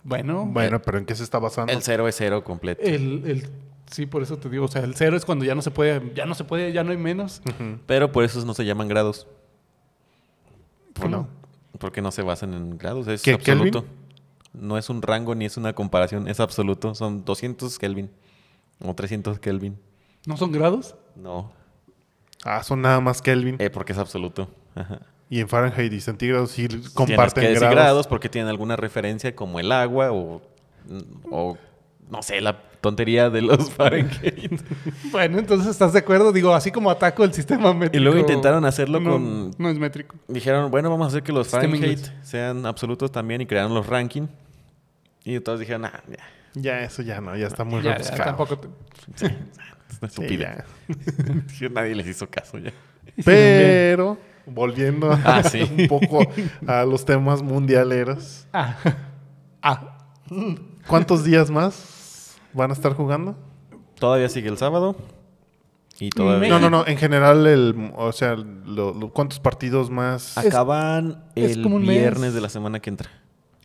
S3: bueno.
S2: Bueno, pero ¿en qué se está basando?
S1: El cero es cero completo.
S3: El, el- sí, por eso te digo. O sea, el cero es cuando ya no se puede, ya no se puede, ya no hay menos.
S1: Pero por eso no se llaman grados.
S2: pues
S3: ¿Cómo?
S1: Porque no se basan en grados, es
S2: ¿Qué, Kelvin?
S1: absoluto. No es un rango ni es una comparación, es absoluto. Son 200 Kelvin o 300 Kelvin.
S3: ¿No son grados?
S1: No,
S2: Ah, son nada más Kelvin.
S1: eh, porque es absoluto. Ajá.
S2: Y en Fahrenheit y centígrados sí
S1: Tienes que
S2: comparten
S1: decir
S2: grados.
S1: grados porque tienen alguna referencia como el agua o, o no sé, la tontería de los Fahrenheit.
S3: Bueno, entonces estás de acuerdo. Digo, así como ataco el sistema métrico.
S1: y luego intentaron hacerlo
S3: No,
S1: con...
S3: No es métrico.
S1: Dijeron, bueno, vamos a hacer que los
S3: Sistema
S1: Fahrenheit
S3: inglés.
S1: sean absolutos también y crearon los ranking. Y todos dijeron, ah, ya,
S2: Ya, eso ya no, ya está muy
S3: Ya, ya,
S2: rebuscado.
S3: tampoco te-
S1: es una
S2: Sí,
S1: estupidez.
S2: ya.
S1: Nadie les hizo caso ya.
S2: Pero, volviendo
S1: Ah, sí.
S2: un poco a los temas mundialeros.
S3: Ah. Ah.
S2: ¿Cuántos días más van a estar jugando?
S1: Todavía sigue el sábado. Y todavía.
S2: No, no, no. En general, el, o sea, lo- lo- ¿cuántos partidos
S1: Ah,
S2: más?
S1: Acaban
S3: es
S1: el
S3: como un mes.
S1: viernes de la semana que entra.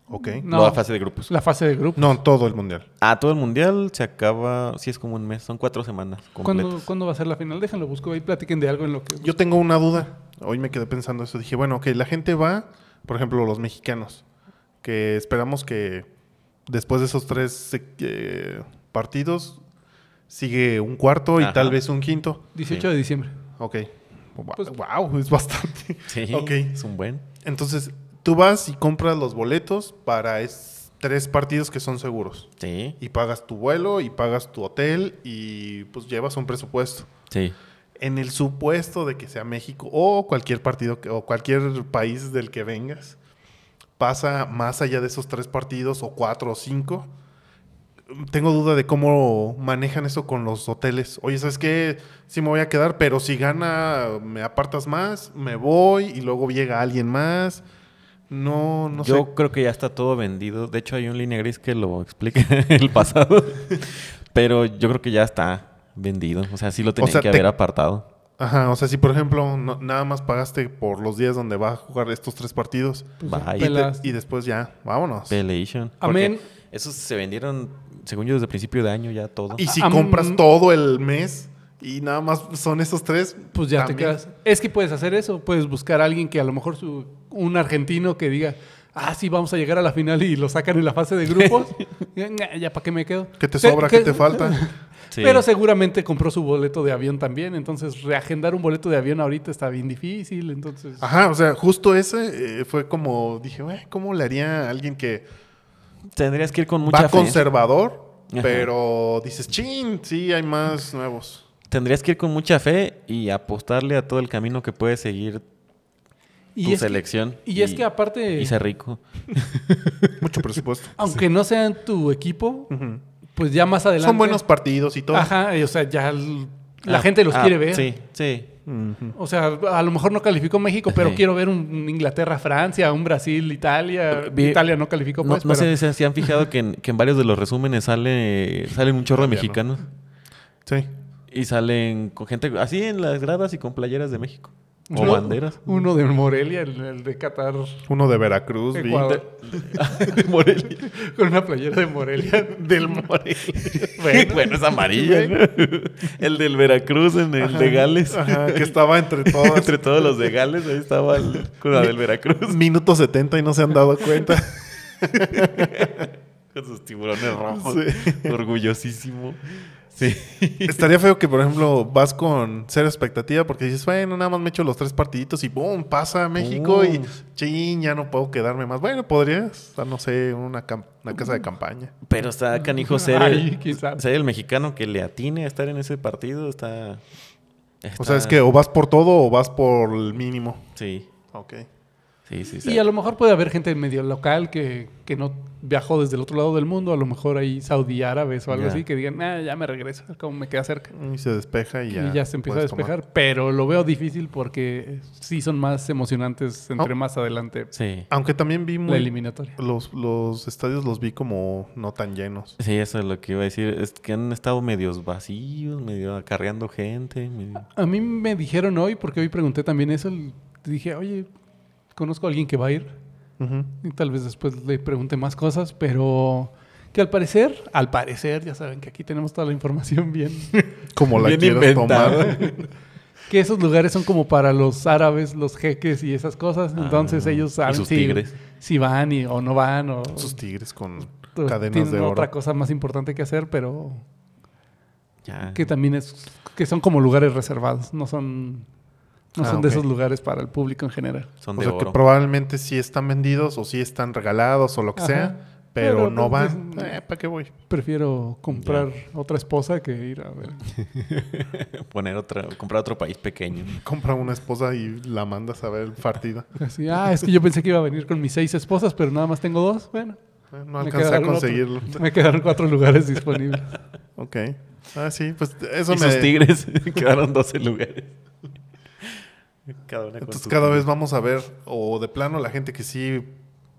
S2: Ok.
S3: No.
S1: La fase de grupos.
S3: pues La fase de grupo.
S2: No, todo el mundial.
S1: Ah, todo el mundial se acaba. Sí, es como un mes. Son cuatro semanas
S3: ¿Cuándo,
S1: completas.
S3: cuándo va a ser la final? Déjenlo, busco ahí, platiquen de algo en lo que...
S2: Yo tengo una duda. Hoy me quedé pensando eso. Dije, bueno, ok, la gente va, por ejemplo, los mexicanos, que esperamos que después de esos tres eh, partidos sigue un cuarto y
S1: Ajá.
S2: tal vez un quinto.
S3: 18 de diciembre.
S2: Ok. Wow,
S3: Pues-
S2: es bastante.
S1: Sí,
S2: Ok.
S1: es un buen.
S2: Entonces, tú vas y compras los boletos para es- tres partidos que son seguros.
S1: Sí,
S2: Y pagas tu vuelo y pagas tu hotel y pues llevas un presupuesto.
S1: sí.
S2: En el supuesto de que sea México o cualquier partido que- o cualquier país del que vengas, pasa más allá de esos tres partidos o cuatro o cinco. Tengo duda de cómo manejan eso con los hoteles. Oye, ¿sabes qué? Sí me voy a quedar, pero si gana, me apartas más, me voy y luego llega alguien más. No, no
S1: Yo
S2: sé.
S1: creo que ya está todo vendido. De hecho, hay un línea gris que lo explica en el pasado. Pero yo creo que ya está vendido. O sea, sí lo tenían
S2: sea,
S1: que
S2: te-
S1: haber apartado.
S2: Ajá, o sea, si por ejemplo no- nada más pagaste por los días donde va a jugar estos tres partidos
S3: Pues,
S1: Vaya.
S2: y, te-
S3: pelas.
S2: y después ya, vámonos.
S1: Pelation.
S3: Amén.
S1: Esos se vendieron, según yo, desde principio de año ya todo.
S2: Y si
S3: Am-
S2: compras todo el mes y nada más son esos tres,
S3: Pues ya te
S2: también.
S3: quedas. Es que puedes hacer eso. Puedes buscar a alguien que a lo mejor su- un argentino que diga, ah, sí, vamos a llegar a la final y lo sacan en la fase de grupos. ya, nah, ya para qué me quedo.
S2: ¿Qué te sobra?
S3: Que-
S2: ¿Qué te falta?
S1: Sí.
S3: Pero seguramente compró su boleto de avión también. Entonces, reagendar un boleto de avión ahorita está bien difícil. Entonces,
S2: Ajá, o sea, justo ese eh, fue como dije, "Güey, ¿cómo le haría a alguien que
S1: Tendrías que ir con mucha
S2: va
S1: fe. ¿eh?
S2: conservador,
S1: Ajá.
S2: pero dices, chin, sí, hay más nuevos?
S1: tendrías que ir con mucha fe y apostarle a todo el camino que puede seguir tu
S3: es que-
S1: selección.
S3: y es que aparte-
S1: Y ser rico.
S2: Mucho presupuesto.
S3: aunque no sea en tu equipo,
S2: Ujú.
S3: pues ya más adelante.
S2: Son buenos partidos y todo.
S3: Ajá, y, o sea, ya el- la
S1: Ah,
S3: gente los
S1: ah,
S3: quiere ver.
S1: Sí, sí.
S2: Ujú.
S3: O sea, a lo mejor no calificó México, pero
S1: Sí.
S3: quiero ver un Inglaterra-Francia, un Brasil-Italia.
S1: Vi-
S3: Italia no calificó,
S1: No,
S3: pues,
S1: no
S3: pero-
S1: sé si- si han fijado que en, que en varios de los resúmenes sale, salen un chorro de
S2: Italiano.
S1: mexicanos.
S2: Sí.
S1: Y salen con gente así en las gradas y con playeras de México. O
S3: uno-
S1: banderas.
S3: Uno de Morelia, el, el de Qatar,
S2: Uno de Veracruz, vi.
S3: Ecuador,
S1: De Morelia.
S3: con una playera de Morelia.
S2: Del Morelia.
S1: Bueno, es amarillo. ¿no? El del Veracruz en el de Gales.
S2: Ajá, que estaba entre todos.
S1: Entre todos los de Gales, ahí estaba el- con la del Veracruz.
S2: Minuto 70 y no se han dado cuenta.
S1: Con sus tiburones rojos.
S2: Sí.
S1: Orgullosísimo. Sí.
S2: Estaría feo que, por ejemplo, vas con cero expectativa porque dices, bueno, nada más me echo los tres partiditos y ¡boom! Pasa a México y
S1: Boom.
S2: ¡chin! Ya no puedo quedarme más. Bueno, podrías, no sé, una, cam- una casa
S3: Mm.
S2: de campaña.
S1: Pero está canijo Pues, ser,
S3: Ay,
S1: el,
S3: quién sabe.
S1: ser el mexicano que le atine a estar en ese partido. Está.
S2: O
S1: está-
S2: sea, es que o vas por todo o vas por el mínimo.
S1: Sí.
S2: Ok.
S1: Sí, sí, sí.
S3: Y a lo mejor puede haber gente medio local que, que no viajó desde el otro lado del mundo. A lo mejor hay saudí árabes o algo
S1: Ya.
S3: así que digan, ah, ya me regreso, como me queda cerca.
S2: Y se despeja y
S3: Y
S2: ya.
S3: ya, se empieza a
S2: puedes tomar.
S3: despejar. Pero lo veo difícil porque sí son más emocionantes entre
S2: Oh.
S3: más adelante
S1: Sí.
S2: Aunque también vi
S3: la
S2: muy,
S3: eliminatoria.
S2: los, los estadios los vi como no tan llenos.
S1: Sí, eso es lo que iba a decir. Es que han estado medios vacíos, medio acarreando gente. medio-
S3: A mí me dijeron hoy, porque hoy pregunté también eso, l- dije, oye, conozco a alguien que va a ir.
S2: Ujú.
S3: Y tal vez después le pregunte más cosas, pero que al parecer, al parecer, ya saben que aquí tenemos toda la información bien,
S2: Como la
S1: Bien
S2: quieras
S1: inventado.
S2: tomar.
S3: que esos lugares son como para los árabes, los jeques y esas cosas. Entonces
S1: Ah,
S3: ellos
S1: y
S3: saben
S1: sus
S3: si,
S1: tigres.
S3: si van y- o no van o...
S2: Sus tigres con
S3: o
S2: cadenas
S3: tienen
S2: de oro.
S3: otra cosa más importante que hacer, pero
S1: Ya.
S3: que también es que son como lugares reservados, no son no
S2: Ah,
S3: son de
S2: ok.
S3: esos lugares para el público en general.
S1: Son
S2: O
S1: de
S2: sea,
S1: oro.
S2: que probablemente sí están vendidos o sí están regalados o lo que
S3: Ajá.
S2: sea, pero,
S3: Pero, pues,
S2: no van.
S3: pues,
S2: Eh, ¿Para qué voy?
S3: Prefiero comprar otra esposa que ir a ver.
S1: Poner otra, comprar otro país pequeño.
S2: Compra una esposa y la mandas a ver el partido.
S3: Así, ah, es que yo pensé que iba a venir con mis seis esposas, pero nada más tengo dos. Bueno,
S2: Eh, No
S3: Me
S2: alcancé a
S3: quedaron otro.
S2: conseguirlo.
S3: me quedaron cuatro lugares disponibles.
S2: Ok. Ah, sí, pues eso
S1: Y
S2: me...
S1: sus tigres quedaron 12 lugares. Cada una con
S2: Entonces
S1: su
S2: cada
S1: tigre.
S2: vez vamos a ver, o de plano la gente que sí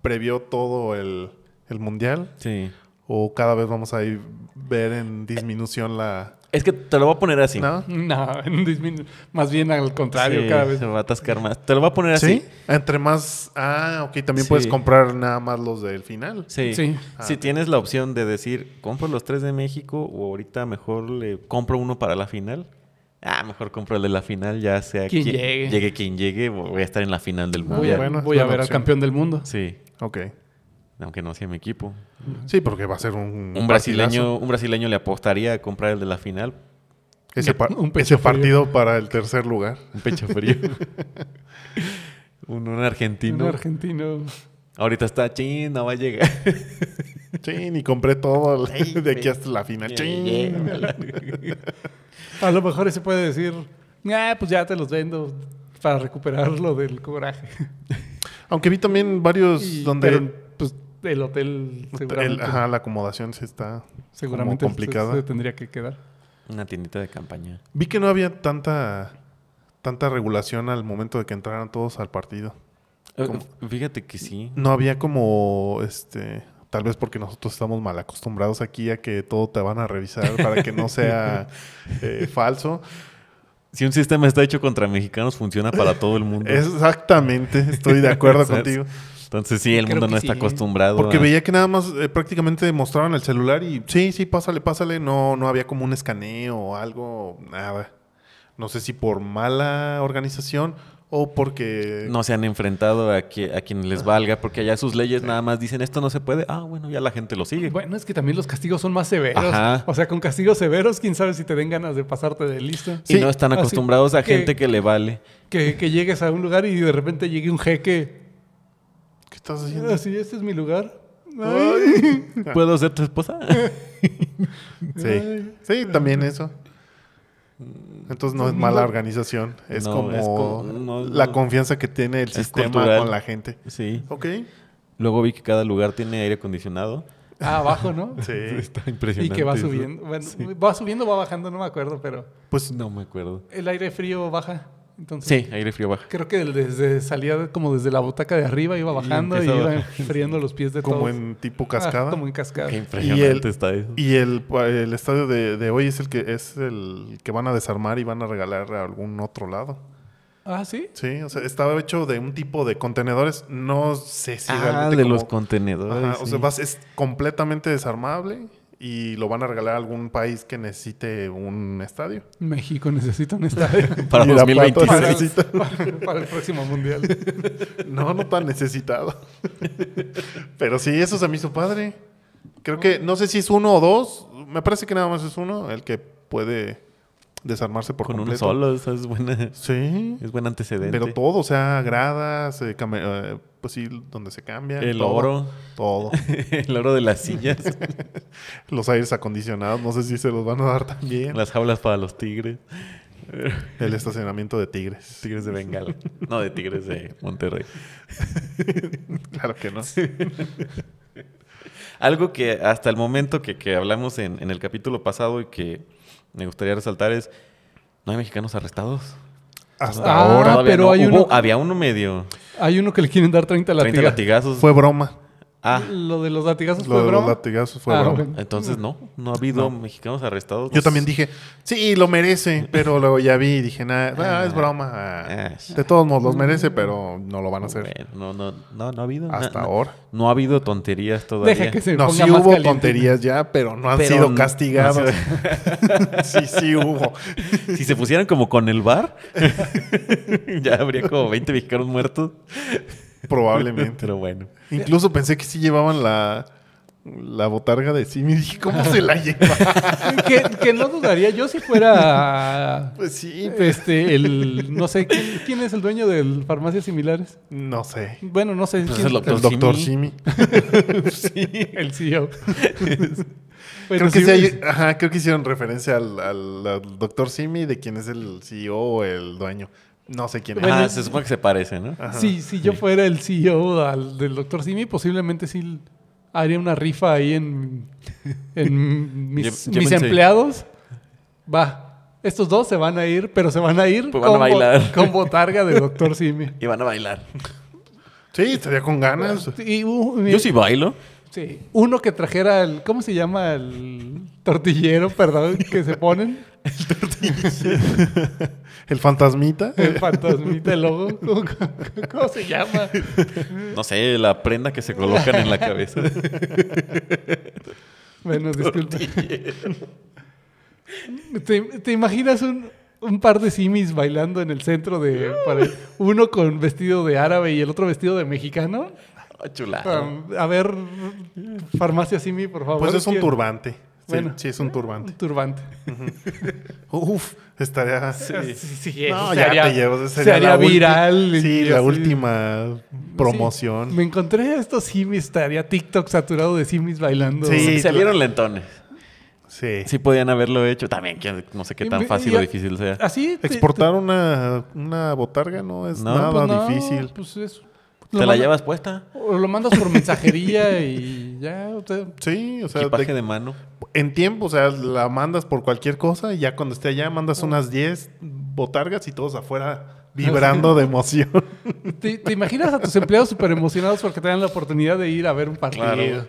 S2: previó todo el, el mundial,
S1: Sí.
S2: o cada vez vamos a ir- ver en disminución la...
S1: Es que te lo voy a poner así.
S2: ¿No?
S3: No, disminu- más bien al contrario,
S1: Sí,
S3: cada vez.
S1: Se va a atascar más. Te lo voy a poner
S2: ¿Sí?
S1: así.
S2: Entre más... Ah, ok, también
S1: Sí.
S2: puedes comprar nada más los del final.
S1: Sí.
S3: Sí.
S2: Ah,
S1: si
S2: ok.
S1: tienes la opción de decir, compro los tres de México o ahorita mejor le compro uno para la final. Ah, mejor compro el de la final, ya sea
S3: Quien llegue.
S1: quien llegue, voy a estar en la final del
S3: Voy a,
S1: mundial.
S2: bueno, es
S3: voy a
S2: buena
S3: ver al
S2: opción.
S3: campeón del mundo.
S1: Sí,
S2: Ok.
S1: aunque no sea mi equipo.
S2: Sí, porque va a ser un...
S1: Un brasileño, un brasileño le apostaría a comprar el de la final,
S2: partidazo. Ese, par-
S3: Un
S2: ese
S3: pecho frío.
S2: partido para el tercer lugar.
S1: un pecho frío. un, un argentino.
S3: Un argentino.
S1: Ahorita está chin, no va a llegar.
S2: Chin, y compré todo el-
S1: Ey,
S2: de aquí
S1: me-
S2: hasta la final. Chin.
S3: A lo mejor se puede decir, ah, pues ya te los vendo para recuperarlo del coraje.
S2: Aunque vi también varios
S3: Y-
S2: donde...
S3: pero, pues, el hotel seguramente,
S2: el- ajá, la acomodación sí está
S3: seguramente
S2: como complicada.
S3: se- se tendría que quedar.
S1: Una tiendita de campaña.
S2: Vi que no había tanta tanta regulación al momento de que entraran todos al partido.
S1: Eh,
S2: ¿Cómo?
S1: Fíjate que sí.
S2: No había como este tal vez porque nosotros estamos mal acostumbrados aquí a que todo te van a revisar para que no sea eh, falso.
S1: Si un sistema está hecho contra mexicanos, funciona para todo el mundo.
S2: Exactamente, estoy de acuerdo
S1: ¿Sabes?
S2: contigo.
S1: Entonces sí, el
S3: Creo
S1: mundo
S3: que
S1: no está
S3: sí. ¿eh?
S1: acostumbrado.
S2: Porque
S1: a-
S2: veía que nada más eh, prácticamente mostraron el celular y sí, sí, pásale, pásale. No, no había como un escaneo o algo, nada. No sé si por mala organización o porque
S1: No se han enfrentado a, que, a quien les valga, porque allá sus leyes nada más dicen esto no se puede. Ah, bueno, ya la gente lo sigue.
S3: Bueno, es que también los castigos son más severos.
S1: Ajá.
S3: O sea, con castigos severos, quién sabe si te den ganas de pasarte de lista.
S1: y
S2: sí,
S1: no están
S3: así
S1: acostumbrados a
S3: que-
S1: gente que le vale.
S3: Que, que llegues a un lugar y de repente llegue un jeque.
S2: ¿Qué estás haciendo?
S3: Así, este es mi lugar. Ay.
S2: Ay. Ah,
S1: ¿Puedo ser tu esposa?
S2: Sí, sí, también eso. Entonces no es mala organización, es
S1: No,
S2: como
S1: es como- no,
S2: la
S1: no.
S2: confianza que tiene el
S1: Es
S2: sistema
S1: cultural.
S2: con la gente.
S1: Sí.
S2: Ok.
S1: Luego vi que cada lugar tiene aire acondicionado.
S3: Ah, abajo, ¿no?
S2: Sí.
S1: Está impresionante.
S3: Y que va
S1: eso.
S3: subiendo. Bueno, va subiendo o va bajando, no me acuerdo, pero
S2: Pues
S1: No me acuerdo.
S3: el aire frío baja. Entonces,
S1: Sí, aire frío baja.
S3: creo que desde salía como desde la butaca de arriba, iba bajando y,
S1: empieza a
S3: iba
S1: bajar.
S3: enfriando los pies de
S2: como
S3: todos.
S2: en tipo
S3: Ah,
S2: cascada.
S3: como en cascada.
S1: Qué impresionante
S2: el-
S1: está eso.
S2: Y el, el estadio de, de hoy es el que es el que van a desarmar y van a regalar a algún otro lado.
S3: Ah, sí.
S2: Sí, o sea, estaba hecho de un tipo de contenedores. No sé si
S1: ah,
S2: realmente
S1: de
S2: como-
S1: los contenedores.
S2: Ajá, O sea,
S1: sí.
S2: vas- es completamente desarmable y lo van a regalar a algún país que necesite un estadio.
S3: México necesita un estadio.
S1: Para 2026.
S2: Irapuato
S3: para,
S2: necesita.
S3: para- para el próximo mundial.
S2: No, no tan necesitado. Pero sí, eso se me hizo padre. Creo que, no sé si es uno o dos. Me parece que nada más es uno el que puede desarmarse por
S1: Con un
S2: completo.
S1: solo, o sea, es buena,
S2: Sí.
S1: es buen antecedente.
S2: Pero todo, o sea, gradas, eh, came- eh, pues sí, donde se cambia.
S1: el
S2: todo,
S1: oro,
S2: Todo.
S1: el oro de las sillas,
S2: Los aires acondicionados, no sé si se los van a dar también.
S1: las jaulas para los tigres,
S2: El estacionamiento de tigres.
S1: tigres de Bengala, no de tigres de Monterrey.
S2: Claro que no.
S1: Algo que hasta el momento que, que hablamos en, en el capítulo pasado y que me gustaría resaltar es, no hay mexicanos arrestados.
S2: Hasta
S3: Ah,
S2: ahora
S1: Todavía
S3: pero
S1: no.
S3: hay
S1: Hubo-
S3: uno-
S1: Había uno medio,
S3: Hay uno que le quieren dar 30
S1: 30
S3: latigazos.
S1: latigazos.
S2: fue broma.
S1: Ah,
S3: Lo de los latigazos
S2: Lo de
S3: fue
S2: los
S3: broma.
S2: latigazos fue
S3: Ah,
S2: broma.
S3: bueno.
S1: entonces no, no ha habido mexicanos arrestados.
S2: Yo también dije, sí, lo merece, pero luego ya vi y dije, nada,
S1: Ah,
S2: es broma.
S1: ah,
S2: De todos modos, los merece, pero no lo van a hacer
S1: Bueno, no, no, no, no ha habido.
S2: hasta
S1: no, no-
S2: ahora.
S1: No ha habido tonterías todavía.
S3: Deja que se
S2: No,
S3: ponga
S2: sí
S3: más
S2: hubo
S3: caliente.
S2: tonterías ya, pero no han
S1: Pero
S2: sido
S1: no-
S2: castigados. sí, sí hubo.
S1: Si se pusieran como con el bar, ya habría como 20 mexicanos muertos.
S2: Probablemente.
S1: Pero bueno.
S2: Incluso pensé que sí llevaban la, la botarga de sí. Me dije, ¿cómo se la lleva?
S3: que, que no dudaría yo si fuera
S2: Pues sí, pero-
S3: este el no sé quién, quién es el dueño del farmacias similares
S2: no sé.
S3: bueno no sé
S1: Pues
S3: quién-
S1: es lo- Doctor
S2: El doctor Simi.
S3: el CEO Bueno,
S2: Creo que,
S3: sí,
S2: sí hay-
S3: es-
S2: ajá, creo que hicieron referencia al, al- al doctor Simi, de quién es el CEO o el dueño. No sé quién
S3: Bueno,
S1: Ah,
S3: es-
S1: se supone que se parece, ¿no?
S2: Ajá.
S3: si, si yo fuera el CEO al- del doctor Simi posiblemente sí haría una rifa ahí en en mis,
S1: Lle-
S3: mis
S1: llévense.
S3: empleados va estos dos se van a ir pero se van a ir
S1: Pues van a
S3: con bo-
S1: bailar.
S3: con botarga de doctor Simi
S1: Y van a bailar.
S2: es. Sí, estaría con ganas.
S3: Y un-
S1: Yo sí bailo.
S3: Sí. Uno que trajera el. ¿Cómo se llama? El tortillero, perdón, que se ponen.
S2: El fantasmita.
S3: El fantasmita, el logo. ¿Cómo, cómo- cómo se llama?
S1: No sé, la prenda que se colocan en la cabeza.
S3: Bueno, disculpa. ¿Te, te imaginas un, un par de simis bailando en el centro de. para- uno con vestido de árabe y el otro vestido de mexicano?
S1: Ah, Chulada.
S3: Um, a ver, farmacia simi, por favor.
S2: Pues es un
S3: ¿quién?
S2: turbante. Sí,
S3: Bueno.
S2: sí, es un
S3: Un
S2: turbante.
S3: turbante. Ah,
S2: Uf, estaría.
S3: Sí, sí,
S2: No,
S3: se
S2: ya
S3: haría-
S2: te llevas.
S3: Se haría
S2: la ulti-
S3: viral. y
S2: Sí, la
S3: así.
S2: última
S3: Sí,
S2: promoción.
S3: me encontré a estos simis, estaría TikTok saturado de simis bailando.
S2: Sí,
S1: Se vieron lentones.
S2: Sí.
S1: Sí podían haberlo hecho. También, que no sé qué tan
S3: Y-
S1: fácil
S3: y-
S1: o difícil sea.
S2: Ah,
S3: Así. te-
S2: Exportar una, una botarga no es
S1: No,
S3: te-
S2: nada
S3: pues no,
S2: difícil.
S3: Pues eso. Lo
S1: ¿Te la
S3: manda-
S1: llevas puesta?
S3: O lo mandas por mensajería y ya. o te-
S2: Sí, o sea,
S1: Equipaje
S2: de-
S1: de mano.
S2: en tiempo, o sea, la mandas por cualquier cosa y ya cuando esté allá mandas unas 10 botargas y todos afuera vibrando de emoción.
S3: ¿Te, te imaginas a tus empleados súper emocionados porque te dan la oportunidad de ir a ver un partido?
S1: Claro.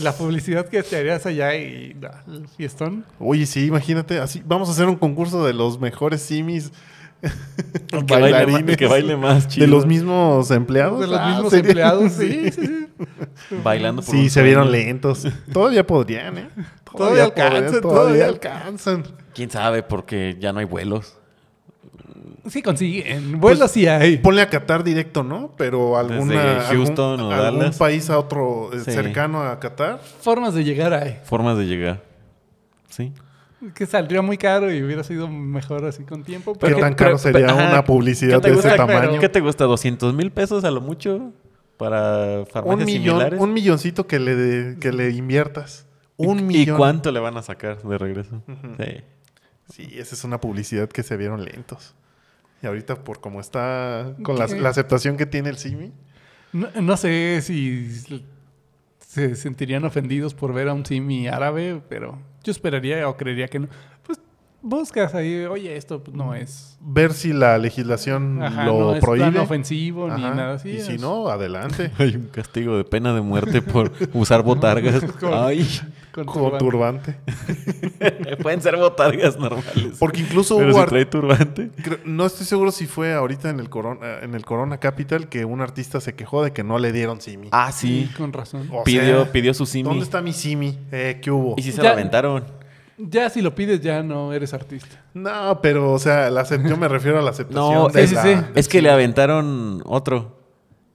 S3: La publicidad que te harías allá y nah, el fiestón.
S2: Oye, sí, imagínate, así vamos a hacer un concurso de los mejores simis
S1: El que baile, más, el que baile más chido.
S2: de los mismos empleados.
S3: De los
S2: Ah,
S3: mismos
S2: sería-
S3: empleados, sí, sí, sí.
S1: Bailando por
S2: Sí,
S1: un
S2: se vieron
S1: sueño.
S2: lentos. Todavía podrían, ¿eh? podrían,
S3: Todavía alcanzan,
S2: todavía
S3: todavía
S2: alcanzan.
S1: ¿Quién sabe? Porque ya no hay vuelos.
S3: Sí, consiguen. Vuelos sí hay.
S2: Ponle a Qatar directo, ¿no? Pero alguna
S1: Desde Houston
S2: algún,
S1: o
S2: algún
S1: Dallas.
S2: país a otro eh,
S1: Sí.
S2: cercano a Qatar.
S3: Formas de llegar ahí.
S1: Formas de llegar. Sí.
S3: Que saldría muy caro y hubiera sido mejor así con tiempo.
S2: ¿Qué
S3: Pero
S2: tan caro sería
S1: ajá,
S2: una publicidad
S1: ¿qué te
S2: de
S1: gusta,
S2: ese
S3: pero-
S2: tamaño?
S1: ¿Qué te gusta? ¿200 mil pesos a lo mucho? Para farmacias
S2: un millón,
S1: similares.
S2: un milloncito que le, de- que le inviertas. Un
S1: ¿Y
S2: millón.
S1: cuánto le van a sacar de regreso? Sí.
S2: Sí, esa es una publicidad que se vieron lentos. Y ahorita, por cómo está, con la,
S3: Ok.
S2: la aceptación que tiene el Simi,
S3: No, no sé si se sentirían ofendidos por ver a un simi árabe, pero yo esperaría o creería que no. Pues buscas ahí, oye, esto pues, no es.
S2: ver si la legislación
S3: Ajá,
S2: Mm, lo
S3: no es tan
S2: prohíbe.
S3: ofensivo ni
S2: Ajá.
S3: nada así.
S2: y si
S3: es-
S2: no, adelante.
S1: Hay un castigo de pena de muerte por usar botargas.
S3: Con-
S1: Ay,
S3: Con
S2: Con
S3: turbante.
S2: turbante.
S1: pueden ser botargas normales.
S2: Porque incluso
S1: Pero
S2: hubo
S1: si
S2: ar-
S1: trae turbante.
S2: Creo- No estoy seguro si fue ahorita en el Corona, en el Corona Capital que un artista se quejó de que no le dieron Simi.
S1: Ah, sí.
S3: Sí, con razón.
S2: O
S1: pidió,
S2: sea,
S1: pidió su simi.
S2: ¿Dónde está mi Simi? Eh, ¿Qué hubo?
S1: Y si se lo
S3: Ya-
S1: aventaron.
S3: Ya si lo pides, ya no eres artista.
S2: No, pero, o sea, la acep- yo me refiero a la aceptación.
S1: No,
S2: de
S1: sí, sí,
S2: la-
S3: sí.
S2: de-
S1: Es que le aventaron otro.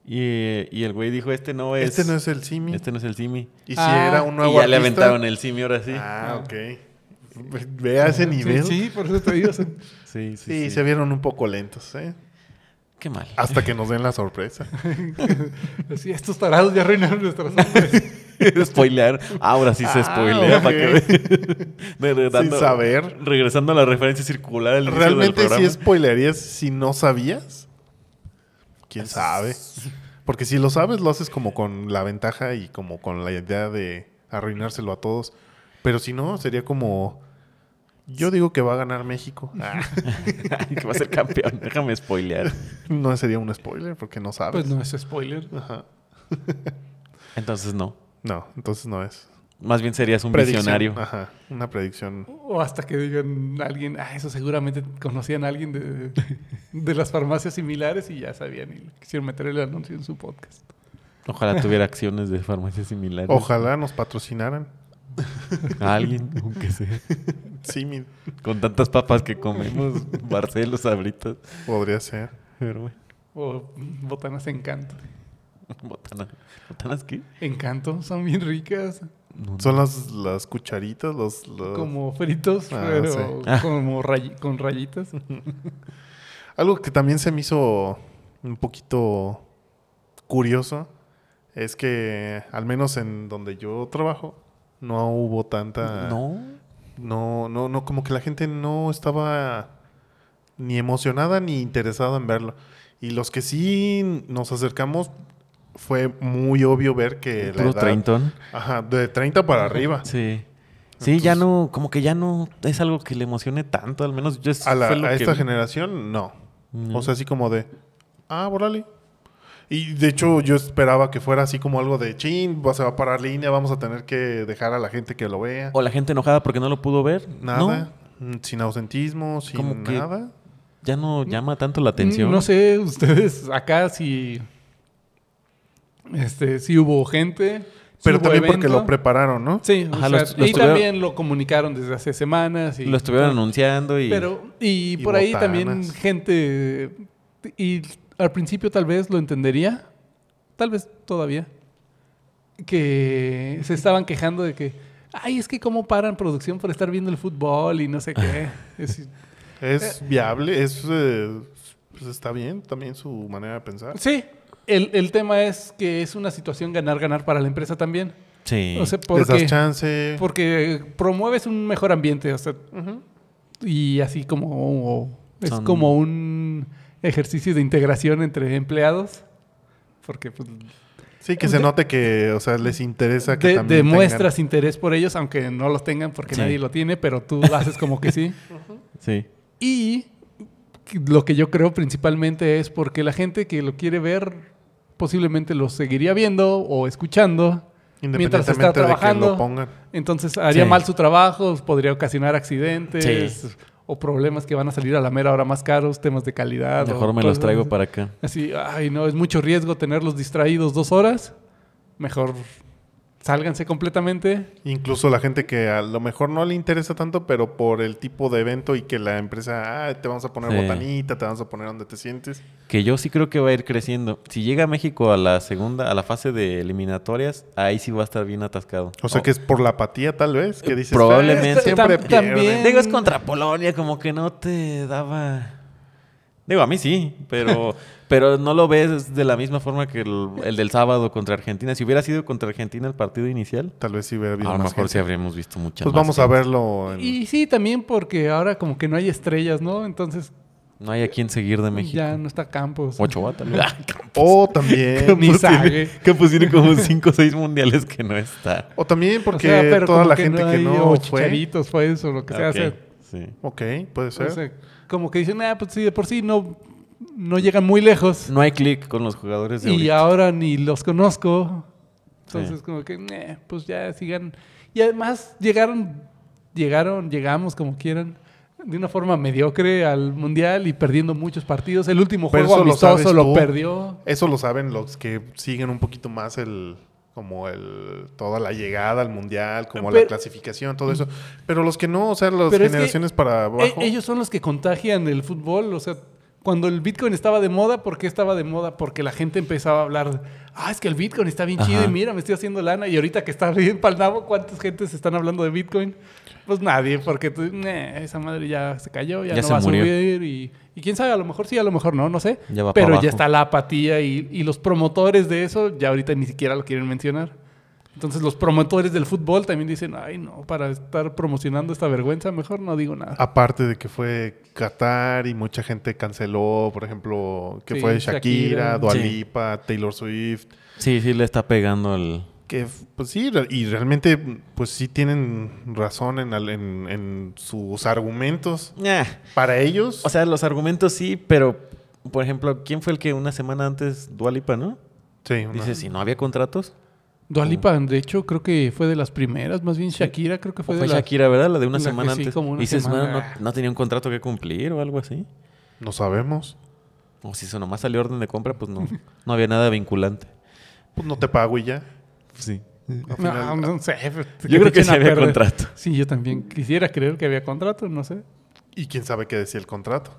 S1: Y, eh, y el güey dijo, este no es...
S2: Este no es el Simi.
S1: este no es el simi.
S2: Y si
S3: Ah,
S2: era un
S1: Y ya
S2: nuevo
S1: le
S2: artista-
S1: aventaron el simi ahora sí.
S2: Ah, ok. Vea ese nivel. Sí,
S3: Sí, sí, por eso te digo. o sea,
S1: sí, sí, sí.
S2: se Ah, vieron un poco lentos, ¿eh?
S1: Qué mal.
S2: Hasta que nos den la sorpresa.
S3: así, estos tarados ya arruinaron nuestras obras.
S1: Spoilear. Ahora sí se
S2: Ah,
S1: spoilea
S2: ok.
S1: para que ve- de- de- dando-
S2: saber.
S1: Regresando a la referencia circular al inicio del
S2: ¿Realmente sí
S1: programa.
S2: spoilearías si no sabías? ¿Quién sabe? Porque si lo sabes, lo haces como con la ventaja y como con la idea de arruinárselo a todos. Pero si no, sería como... Yo digo que va a ganar México. Ah,
S1: que va a ser campeón. Déjame spoilear.
S2: no sería un spoiler porque no sabes.
S3: Pues no es spoiler.
S2: Ajá.
S1: Entonces no.
S2: No, entonces no es.
S1: Más bien serías un
S2: Predicción. Ah.
S1: visionario.
S2: Ajá, una predicción.
S3: O hasta que digan a alguien, ah, eso seguramente conocían a alguien de, de las farmacias similares y ya sabían y le quisieron meter el anuncio en su podcast.
S1: Ojalá tuviera acciones de farmacias similares.
S2: Ojalá nos patrocinaran.
S1: A alguien, aunque sea.
S2: Sí, mi-
S1: Con tantas papas que comemos, Barcelos, ahorita.
S2: podría ser.
S1: Pero bueno,
S3: O botanas encanto.
S1: botana. ¿Botanas qué?
S3: Encanto, son bien ricas,
S1: No, no.
S2: Son las, las cucharitas, los... los-
S3: como fritos,
S2: Ah,
S3: pero
S2: sí.
S1: Ah.
S3: como ray- con rayitas.
S2: Algo que también se me hizo un poquito curioso es que, al menos en donde yo trabajo, no hubo tanta...
S1: No.
S2: No, no, no, como que la gente no estaba ni emocionada ni interesada en verlo. Y los que sí nos acercamos, fue muy obvio ver que la
S1: Puro
S2: edad-
S1: treintón.
S2: Ajá, de 30 para arriba.
S1: Sí. Sí, ya no, como que ya no es algo que le emocione tanto, al menos yo es-
S2: A, la-
S1: fue lo
S2: a
S1: que
S2: esta
S1: vi. Mm.
S2: generación, no.
S1: No.
S2: O sea, así como de, ah, órale. Y de hecho, yo esperaba que fuera así como algo de chin, va- se va a parar línea, vamos a tener que dejar a la gente que lo vea.
S1: O la gente enojada porque no lo pudo ver.
S2: Nada,
S1: No,
S2: mm, sin ausentismo, sin
S1: Como que-
S2: nada.
S1: ya no llama tanto la atención.
S3: Mm, No sé, ustedes acá si... Este, si hubo gente. si
S2: Pero
S3: hubo
S2: también porque lo
S3: evento.
S2: prepararon, ¿no?
S3: Sí, o
S1: Ajá,
S3: sea,
S1: lo estu- lo
S3: y
S1: estuvieron-
S3: también lo comunicaron desde hace semanas. Y,
S1: Lo estuvieron anunciando y
S3: Pero, y,
S2: Y
S3: por ahí también
S2: botanas.
S3: gente. Y al principio tal vez lo entendería. Tal vez todavía. Que se estaban quejando de que. Ay, es que cómo paran producción por estar viendo el fútbol y no sé qué. Es-
S2: Es viable, es. eh, pues está bien también su manera de pensar.
S3: sí, el, el tema es que es una situación ganar-ganar para la empresa también.
S1: sí.
S3: O sea,
S2: Les das
S3: porque,
S2: chance.
S3: porque promueves un mejor ambiente. O sea,
S2: Ujú.
S3: Y así como es
S1: Son-
S3: como un ejercicio de integración entre empleados. Porque pues,
S2: Sí, que se
S3: De-
S2: note que, o sea, les interesa que
S3: de-
S2: también tengan-
S3: demuestras interés por ellos, aunque no los tengan porque
S1: Sí.
S3: nadie lo tiene, pero tú haces como que sí.
S1: sí.
S3: Y lo que yo creo principalmente es porque la gente que lo quiere ver posiblemente lo seguiría viendo o escuchando. mientras
S2: Independientemente
S3: está
S2: de que
S3: trabajando.
S2: lo pongan.
S3: Entonces haría
S1: Sí.
S3: mal su trabajo, podría ocasionar accidentes
S1: Sí.
S3: o problemas que van a salir a la mera hora más caros, temas de calidad. o
S1: Mejor me los
S3: cosas
S1: traigo
S3: así.
S1: para acá.
S3: Así, ay, no, es mucho riesgo tenerlos distraídos dos horas. Mejor sálganse completamente.
S2: Incluso la gente que a lo mejor no le interesa tanto, pero por el tipo de evento y que la empresa, ah, te vamos a poner
S1: Sí.
S2: botanita, te vamos a poner donde te sientes.
S1: Que yo sí creo que va a ir creciendo. Si llega México a la segunda, a la fase de eliminatorias, ahí sí va a estar bien atascado.
S2: O sea que es por la apatía tal vez, que dices,
S1: Eh, probablemente.
S2: "Ah, siempre
S3: Tam-
S2: pierden".
S3: también-
S1: Digo, es contra Polonia, como que no te daba Digo, a mí sí, pero, pero no lo ves de la misma forma que el, el del sábado contra Argentina. Si hubiera sido contra Argentina el partido inicial,
S2: Tal vez sí hubiera habido
S1: a lo
S2: más
S1: mejor sí
S2: gente.
S1: habríamos visto muchas
S2: Pues
S1: más
S2: vamos a
S1: gente.
S2: verlo. en-
S3: Y sí, también porque ahora como que no hay estrellas, ¿no? Entonces
S1: No hay a quién seguir de México.
S3: ya no está Campos.
S1: Ocho Ochoa tal vez.
S2: O también...
S3: Ni sabe.
S1: que pusieron como cinco o seis mundiales que no está.
S2: O también
S3: O
S2: porque
S3: sea, pero
S2: toda
S3: como
S2: la gente que
S3: hay,
S2: no,
S3: o
S2: fue.
S3: Chicharitos, fue eso, lo que sea,
S1: Ok,
S3: o sea,
S1: sí.
S2: Ok, puede ser.
S3: o sea, como que dicen, ah, pues sí, de por sí no, no llegan muy lejos.
S1: No hay clic con los jugadores de
S3: y
S1: ahorita.
S3: ahora ni los conozco.
S1: Sí.
S3: Entonces, como que, "Neh, pues ya sigan. Y además llegaron, llegaron, llegamos como quieran, de una forma mediocre al Mundial y perdiendo muchos partidos. El último
S2: Pero
S3: juego
S2: eso lo
S3: amistoso
S2: sabes
S3: lo,
S2: tú.
S3: perdió.
S2: Eso lo saben los que siguen un poquito más el como el toda la llegada al mundial, como la
S3: Pero-
S2: clasificación, todo eso. Pero los que no, o sea, las
S3: Pero es que
S2: generaciones para abajo.
S3: E- ellos son los que contagian el fútbol, o sea, cuando el Bitcoin estaba de moda, ¿por qué estaba de moda? Porque la gente empezaba a hablar, ah, es que el Bitcoin está bien chido
S1: Ajá.
S3: y mira, me estoy haciendo lana y ahorita que está bien pal nabo, ¿cuántas gentes están hablando de Bitcoin? Pues nadie, porque tú, "Neh, esa madre ya se cayó, ya,
S1: Ya
S3: no
S1: se
S3: va
S1: murió.
S3: a subir y, y quién sabe, a lo mejor sí, a lo mejor no, no sé,
S1: Ya va pa'
S3: pero
S1: abajo.
S3: ya está la apatía y, y los promotores de eso ya ahorita ni siquiera lo quieren mencionar. Entonces los promotores del fútbol también dicen, ay no, para estar promocionando esta vergüenza, mejor no digo nada.
S2: Aparte de que fue Qatar y mucha gente canceló, por ejemplo, que
S3: Sí,
S2: fue Shakira,
S3: Shakira.
S2: Dua
S1: Sí.
S2: Lipa, Taylor Swift,
S1: Sí, sí le está pegando el...
S2: que pues sí, re- y realmente pues sí tienen razón en, al- en- en sus argumentos.
S1: Ah,
S2: Para ellos,
S1: O sea, los argumentos sí, pero... Por ejemplo, ¿quién fue el que una semana antes Dualipa, no?
S2: sí, una-
S1: Dice, si no había contratos.
S3: Dua Lipa, de hecho, creo que fue de las primeras. Más bien Shakira, creo que
S1: Fue,
S3: fue, de las...
S1: Shakira, ¿verdad? La de una
S3: la que
S1: semana
S3: sí,
S1: antes.
S3: como una
S1: Dices,
S3: semana.
S1: bueno, no, no tenía un contrato que cumplir o algo así.
S2: no sabemos.
S1: O si eso nomás salió orden de compra, pues no, no había nada vinculante.
S2: Pues no te pago y ya.
S1: Sí.
S2: Al
S3: No,
S2: final,
S3: no sé. pero-
S1: Yo creo que
S3: echen
S1: sí
S3: a
S1: había
S3: perder.
S1: contrato.
S3: Sí, yo también quisiera creer que había contrato, no sé.
S2: Y quién sabe qué decía el contrato.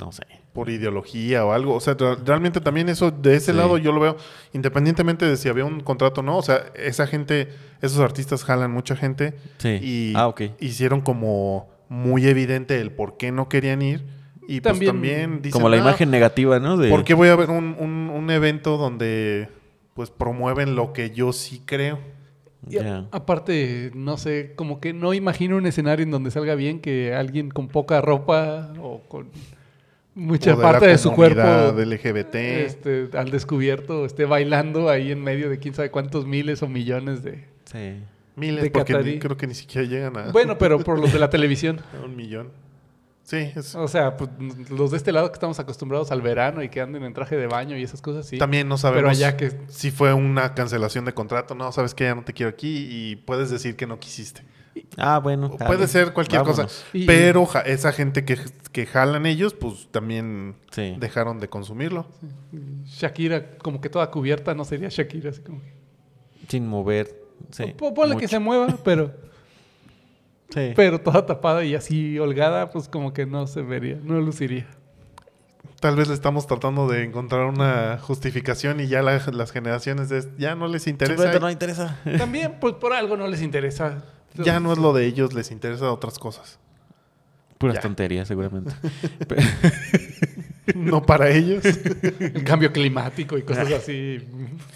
S1: No sé.
S2: Por ideología o algo. O sea, re- realmente también eso, de ese
S1: Sí.
S2: lado yo lo veo, independientemente de si había un contrato o no. O sea, esa gente, esos artistas jalan mucha gente.
S1: Sí.
S2: Y
S1: Ah, ok.
S2: hicieron como muy evidente el por qué no querían ir. Y pues
S3: También-
S2: también dicen,
S1: Como la
S2: "Ah,
S1: imagen negativa, ¿no? De...
S2: ¿Por qué voy a ver un, un- un evento donde pues promueven lo que yo sí creo?
S3: Y a-
S1: Ya.
S3: Aparte, no sé, como que no imagino un escenario en donde salga bien que alguien con poca ropa o con mucha
S2: O la
S3: parte de su cuerpo
S2: comunidad LGBT.
S3: este, al descubierto esté bailando ahí en medio de quién sabe cuántos miles o millones de...
S1: Sí.
S2: Miles,
S3: de
S2: porque ni-
S3: catarí.
S2: creo que ni siquiera llegan a,
S3: Bueno, pero por los de la televisión.
S2: a un millón. Sí, es-
S3: O sea, pues, n- los de este lado que estamos acostumbrados al verano y que anden en traje de baño y esas cosas, sí.
S2: también no sabemos
S3: Pero allá que...
S2: si fue una cancelación de contrato. No, sabes que ya no te quiero aquí y puedes decir que no quisiste.
S1: Ah, bueno. está
S2: Puede
S1: bien.
S2: ser cualquier
S1: Vámonos.
S2: cosa.
S3: Y-
S2: Pero ja- esa gente que, que jalan ellos, pues también
S1: Sí.
S2: dejaron de consumirlo.
S3: Shakira, como que toda cubierta, no sería Shakira. Así como que-
S1: Sin mover. Sí.
S3: Po- ponle que
S1: Mucho.
S3: se mueva, pero,
S1: Sí.
S3: pero toda tapada y así holgada, pues como que no se vería, no luciría.
S2: Tal vez le estamos tratando de encontrar una justificación y ya la- las generaciones de- ya no les
S1: Simplemente no
S2: interesa.
S1: interesa.
S3: También, pues por algo no les interesa.
S2: Ya no es lo de ellos, les interesa otras cosas.
S1: Puras
S2: Ya.
S1: tonterías, seguramente.
S2: No para ellos.
S3: El cambio climático y cosas así.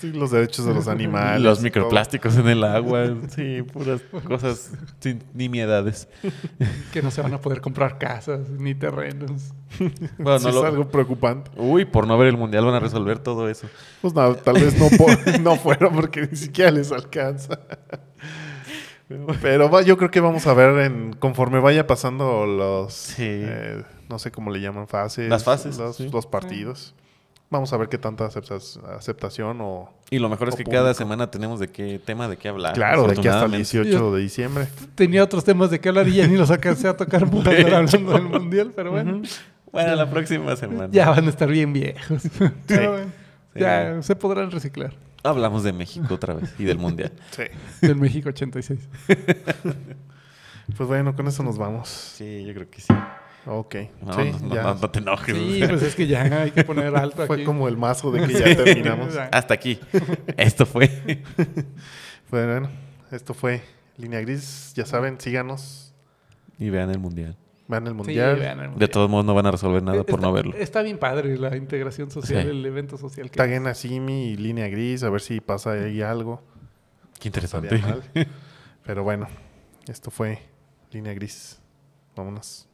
S2: Sí, los derechos de los animales.
S1: Los
S2: todo.
S1: microplásticos en el agua. Sí, puras cosas sin nimiedades.
S3: que no se van a poder comprar casas ni terrenos.
S1: Bueno,
S2: Sí,
S1: no
S2: es
S1: lo-
S2: algo preocupante.
S1: Uy, por no ver el mundial van a resolver todo eso.
S2: Pues nada, tal vez no, po- no fueron porque ni siquiera les alcanza. Pero va- yo creo que vamos a ver en conforme vaya pasando los...
S1: Sí.
S2: eh, no sé cómo le llaman, fases.
S1: Las fases,
S2: Los,
S1: sí.
S3: Ah.
S2: los partidos. Vamos a ver qué tanta aceptas- aceptación o...
S1: Y lo mejor es
S2: O
S1: que
S2: público.
S1: cada semana tenemos de qué tema de qué hablar.
S2: Claro, de aquí hasta el
S1: Ah, afortunadamente.
S2: 18 de diciembre.
S3: Tenía otros temas de qué hablar y ya ni los alcancé a tocar por andar hablando del mundial, pero bueno.
S1: Bueno, la próxima semana.
S3: Ya van a estar bien viejos. Pero bueno,
S1: sí.
S3: ya se podrán reciclar.
S1: Hablamos de México otra vez y del mundial.
S2: Sí.
S3: Del México 86.
S2: Pues bueno, con eso nos vamos.
S1: Sí, yo creo que sí.
S2: Ok.
S1: No,
S2: sí,
S1: no, no,
S2: ya.
S1: no, no te enojes.
S3: Sí, pues es que ya hay que poner alto aquí.
S2: Fue como el mazo de que ya terminamos.
S1: Hasta aquí. Esto fue.
S2: Pues Bueno, esto fue Línea Gris. Ya saben, síganos.
S1: Y vean el mundial.
S2: Van al
S3: Sí,
S2: mundial.
S3: vean el
S1: De
S3: mundial.
S1: todos modos no van a resolver nada por
S3: Está-
S1: no verlo.
S3: Está bien padre la integración social,
S1: Sí.
S3: el evento social. Que
S2: Taguen a Simi y línea gris, a ver si pasa ahí algo.
S1: Qué
S2: Estaría
S1: interesante.
S2: mal. Pero bueno, esto fue línea gris. Vámonos.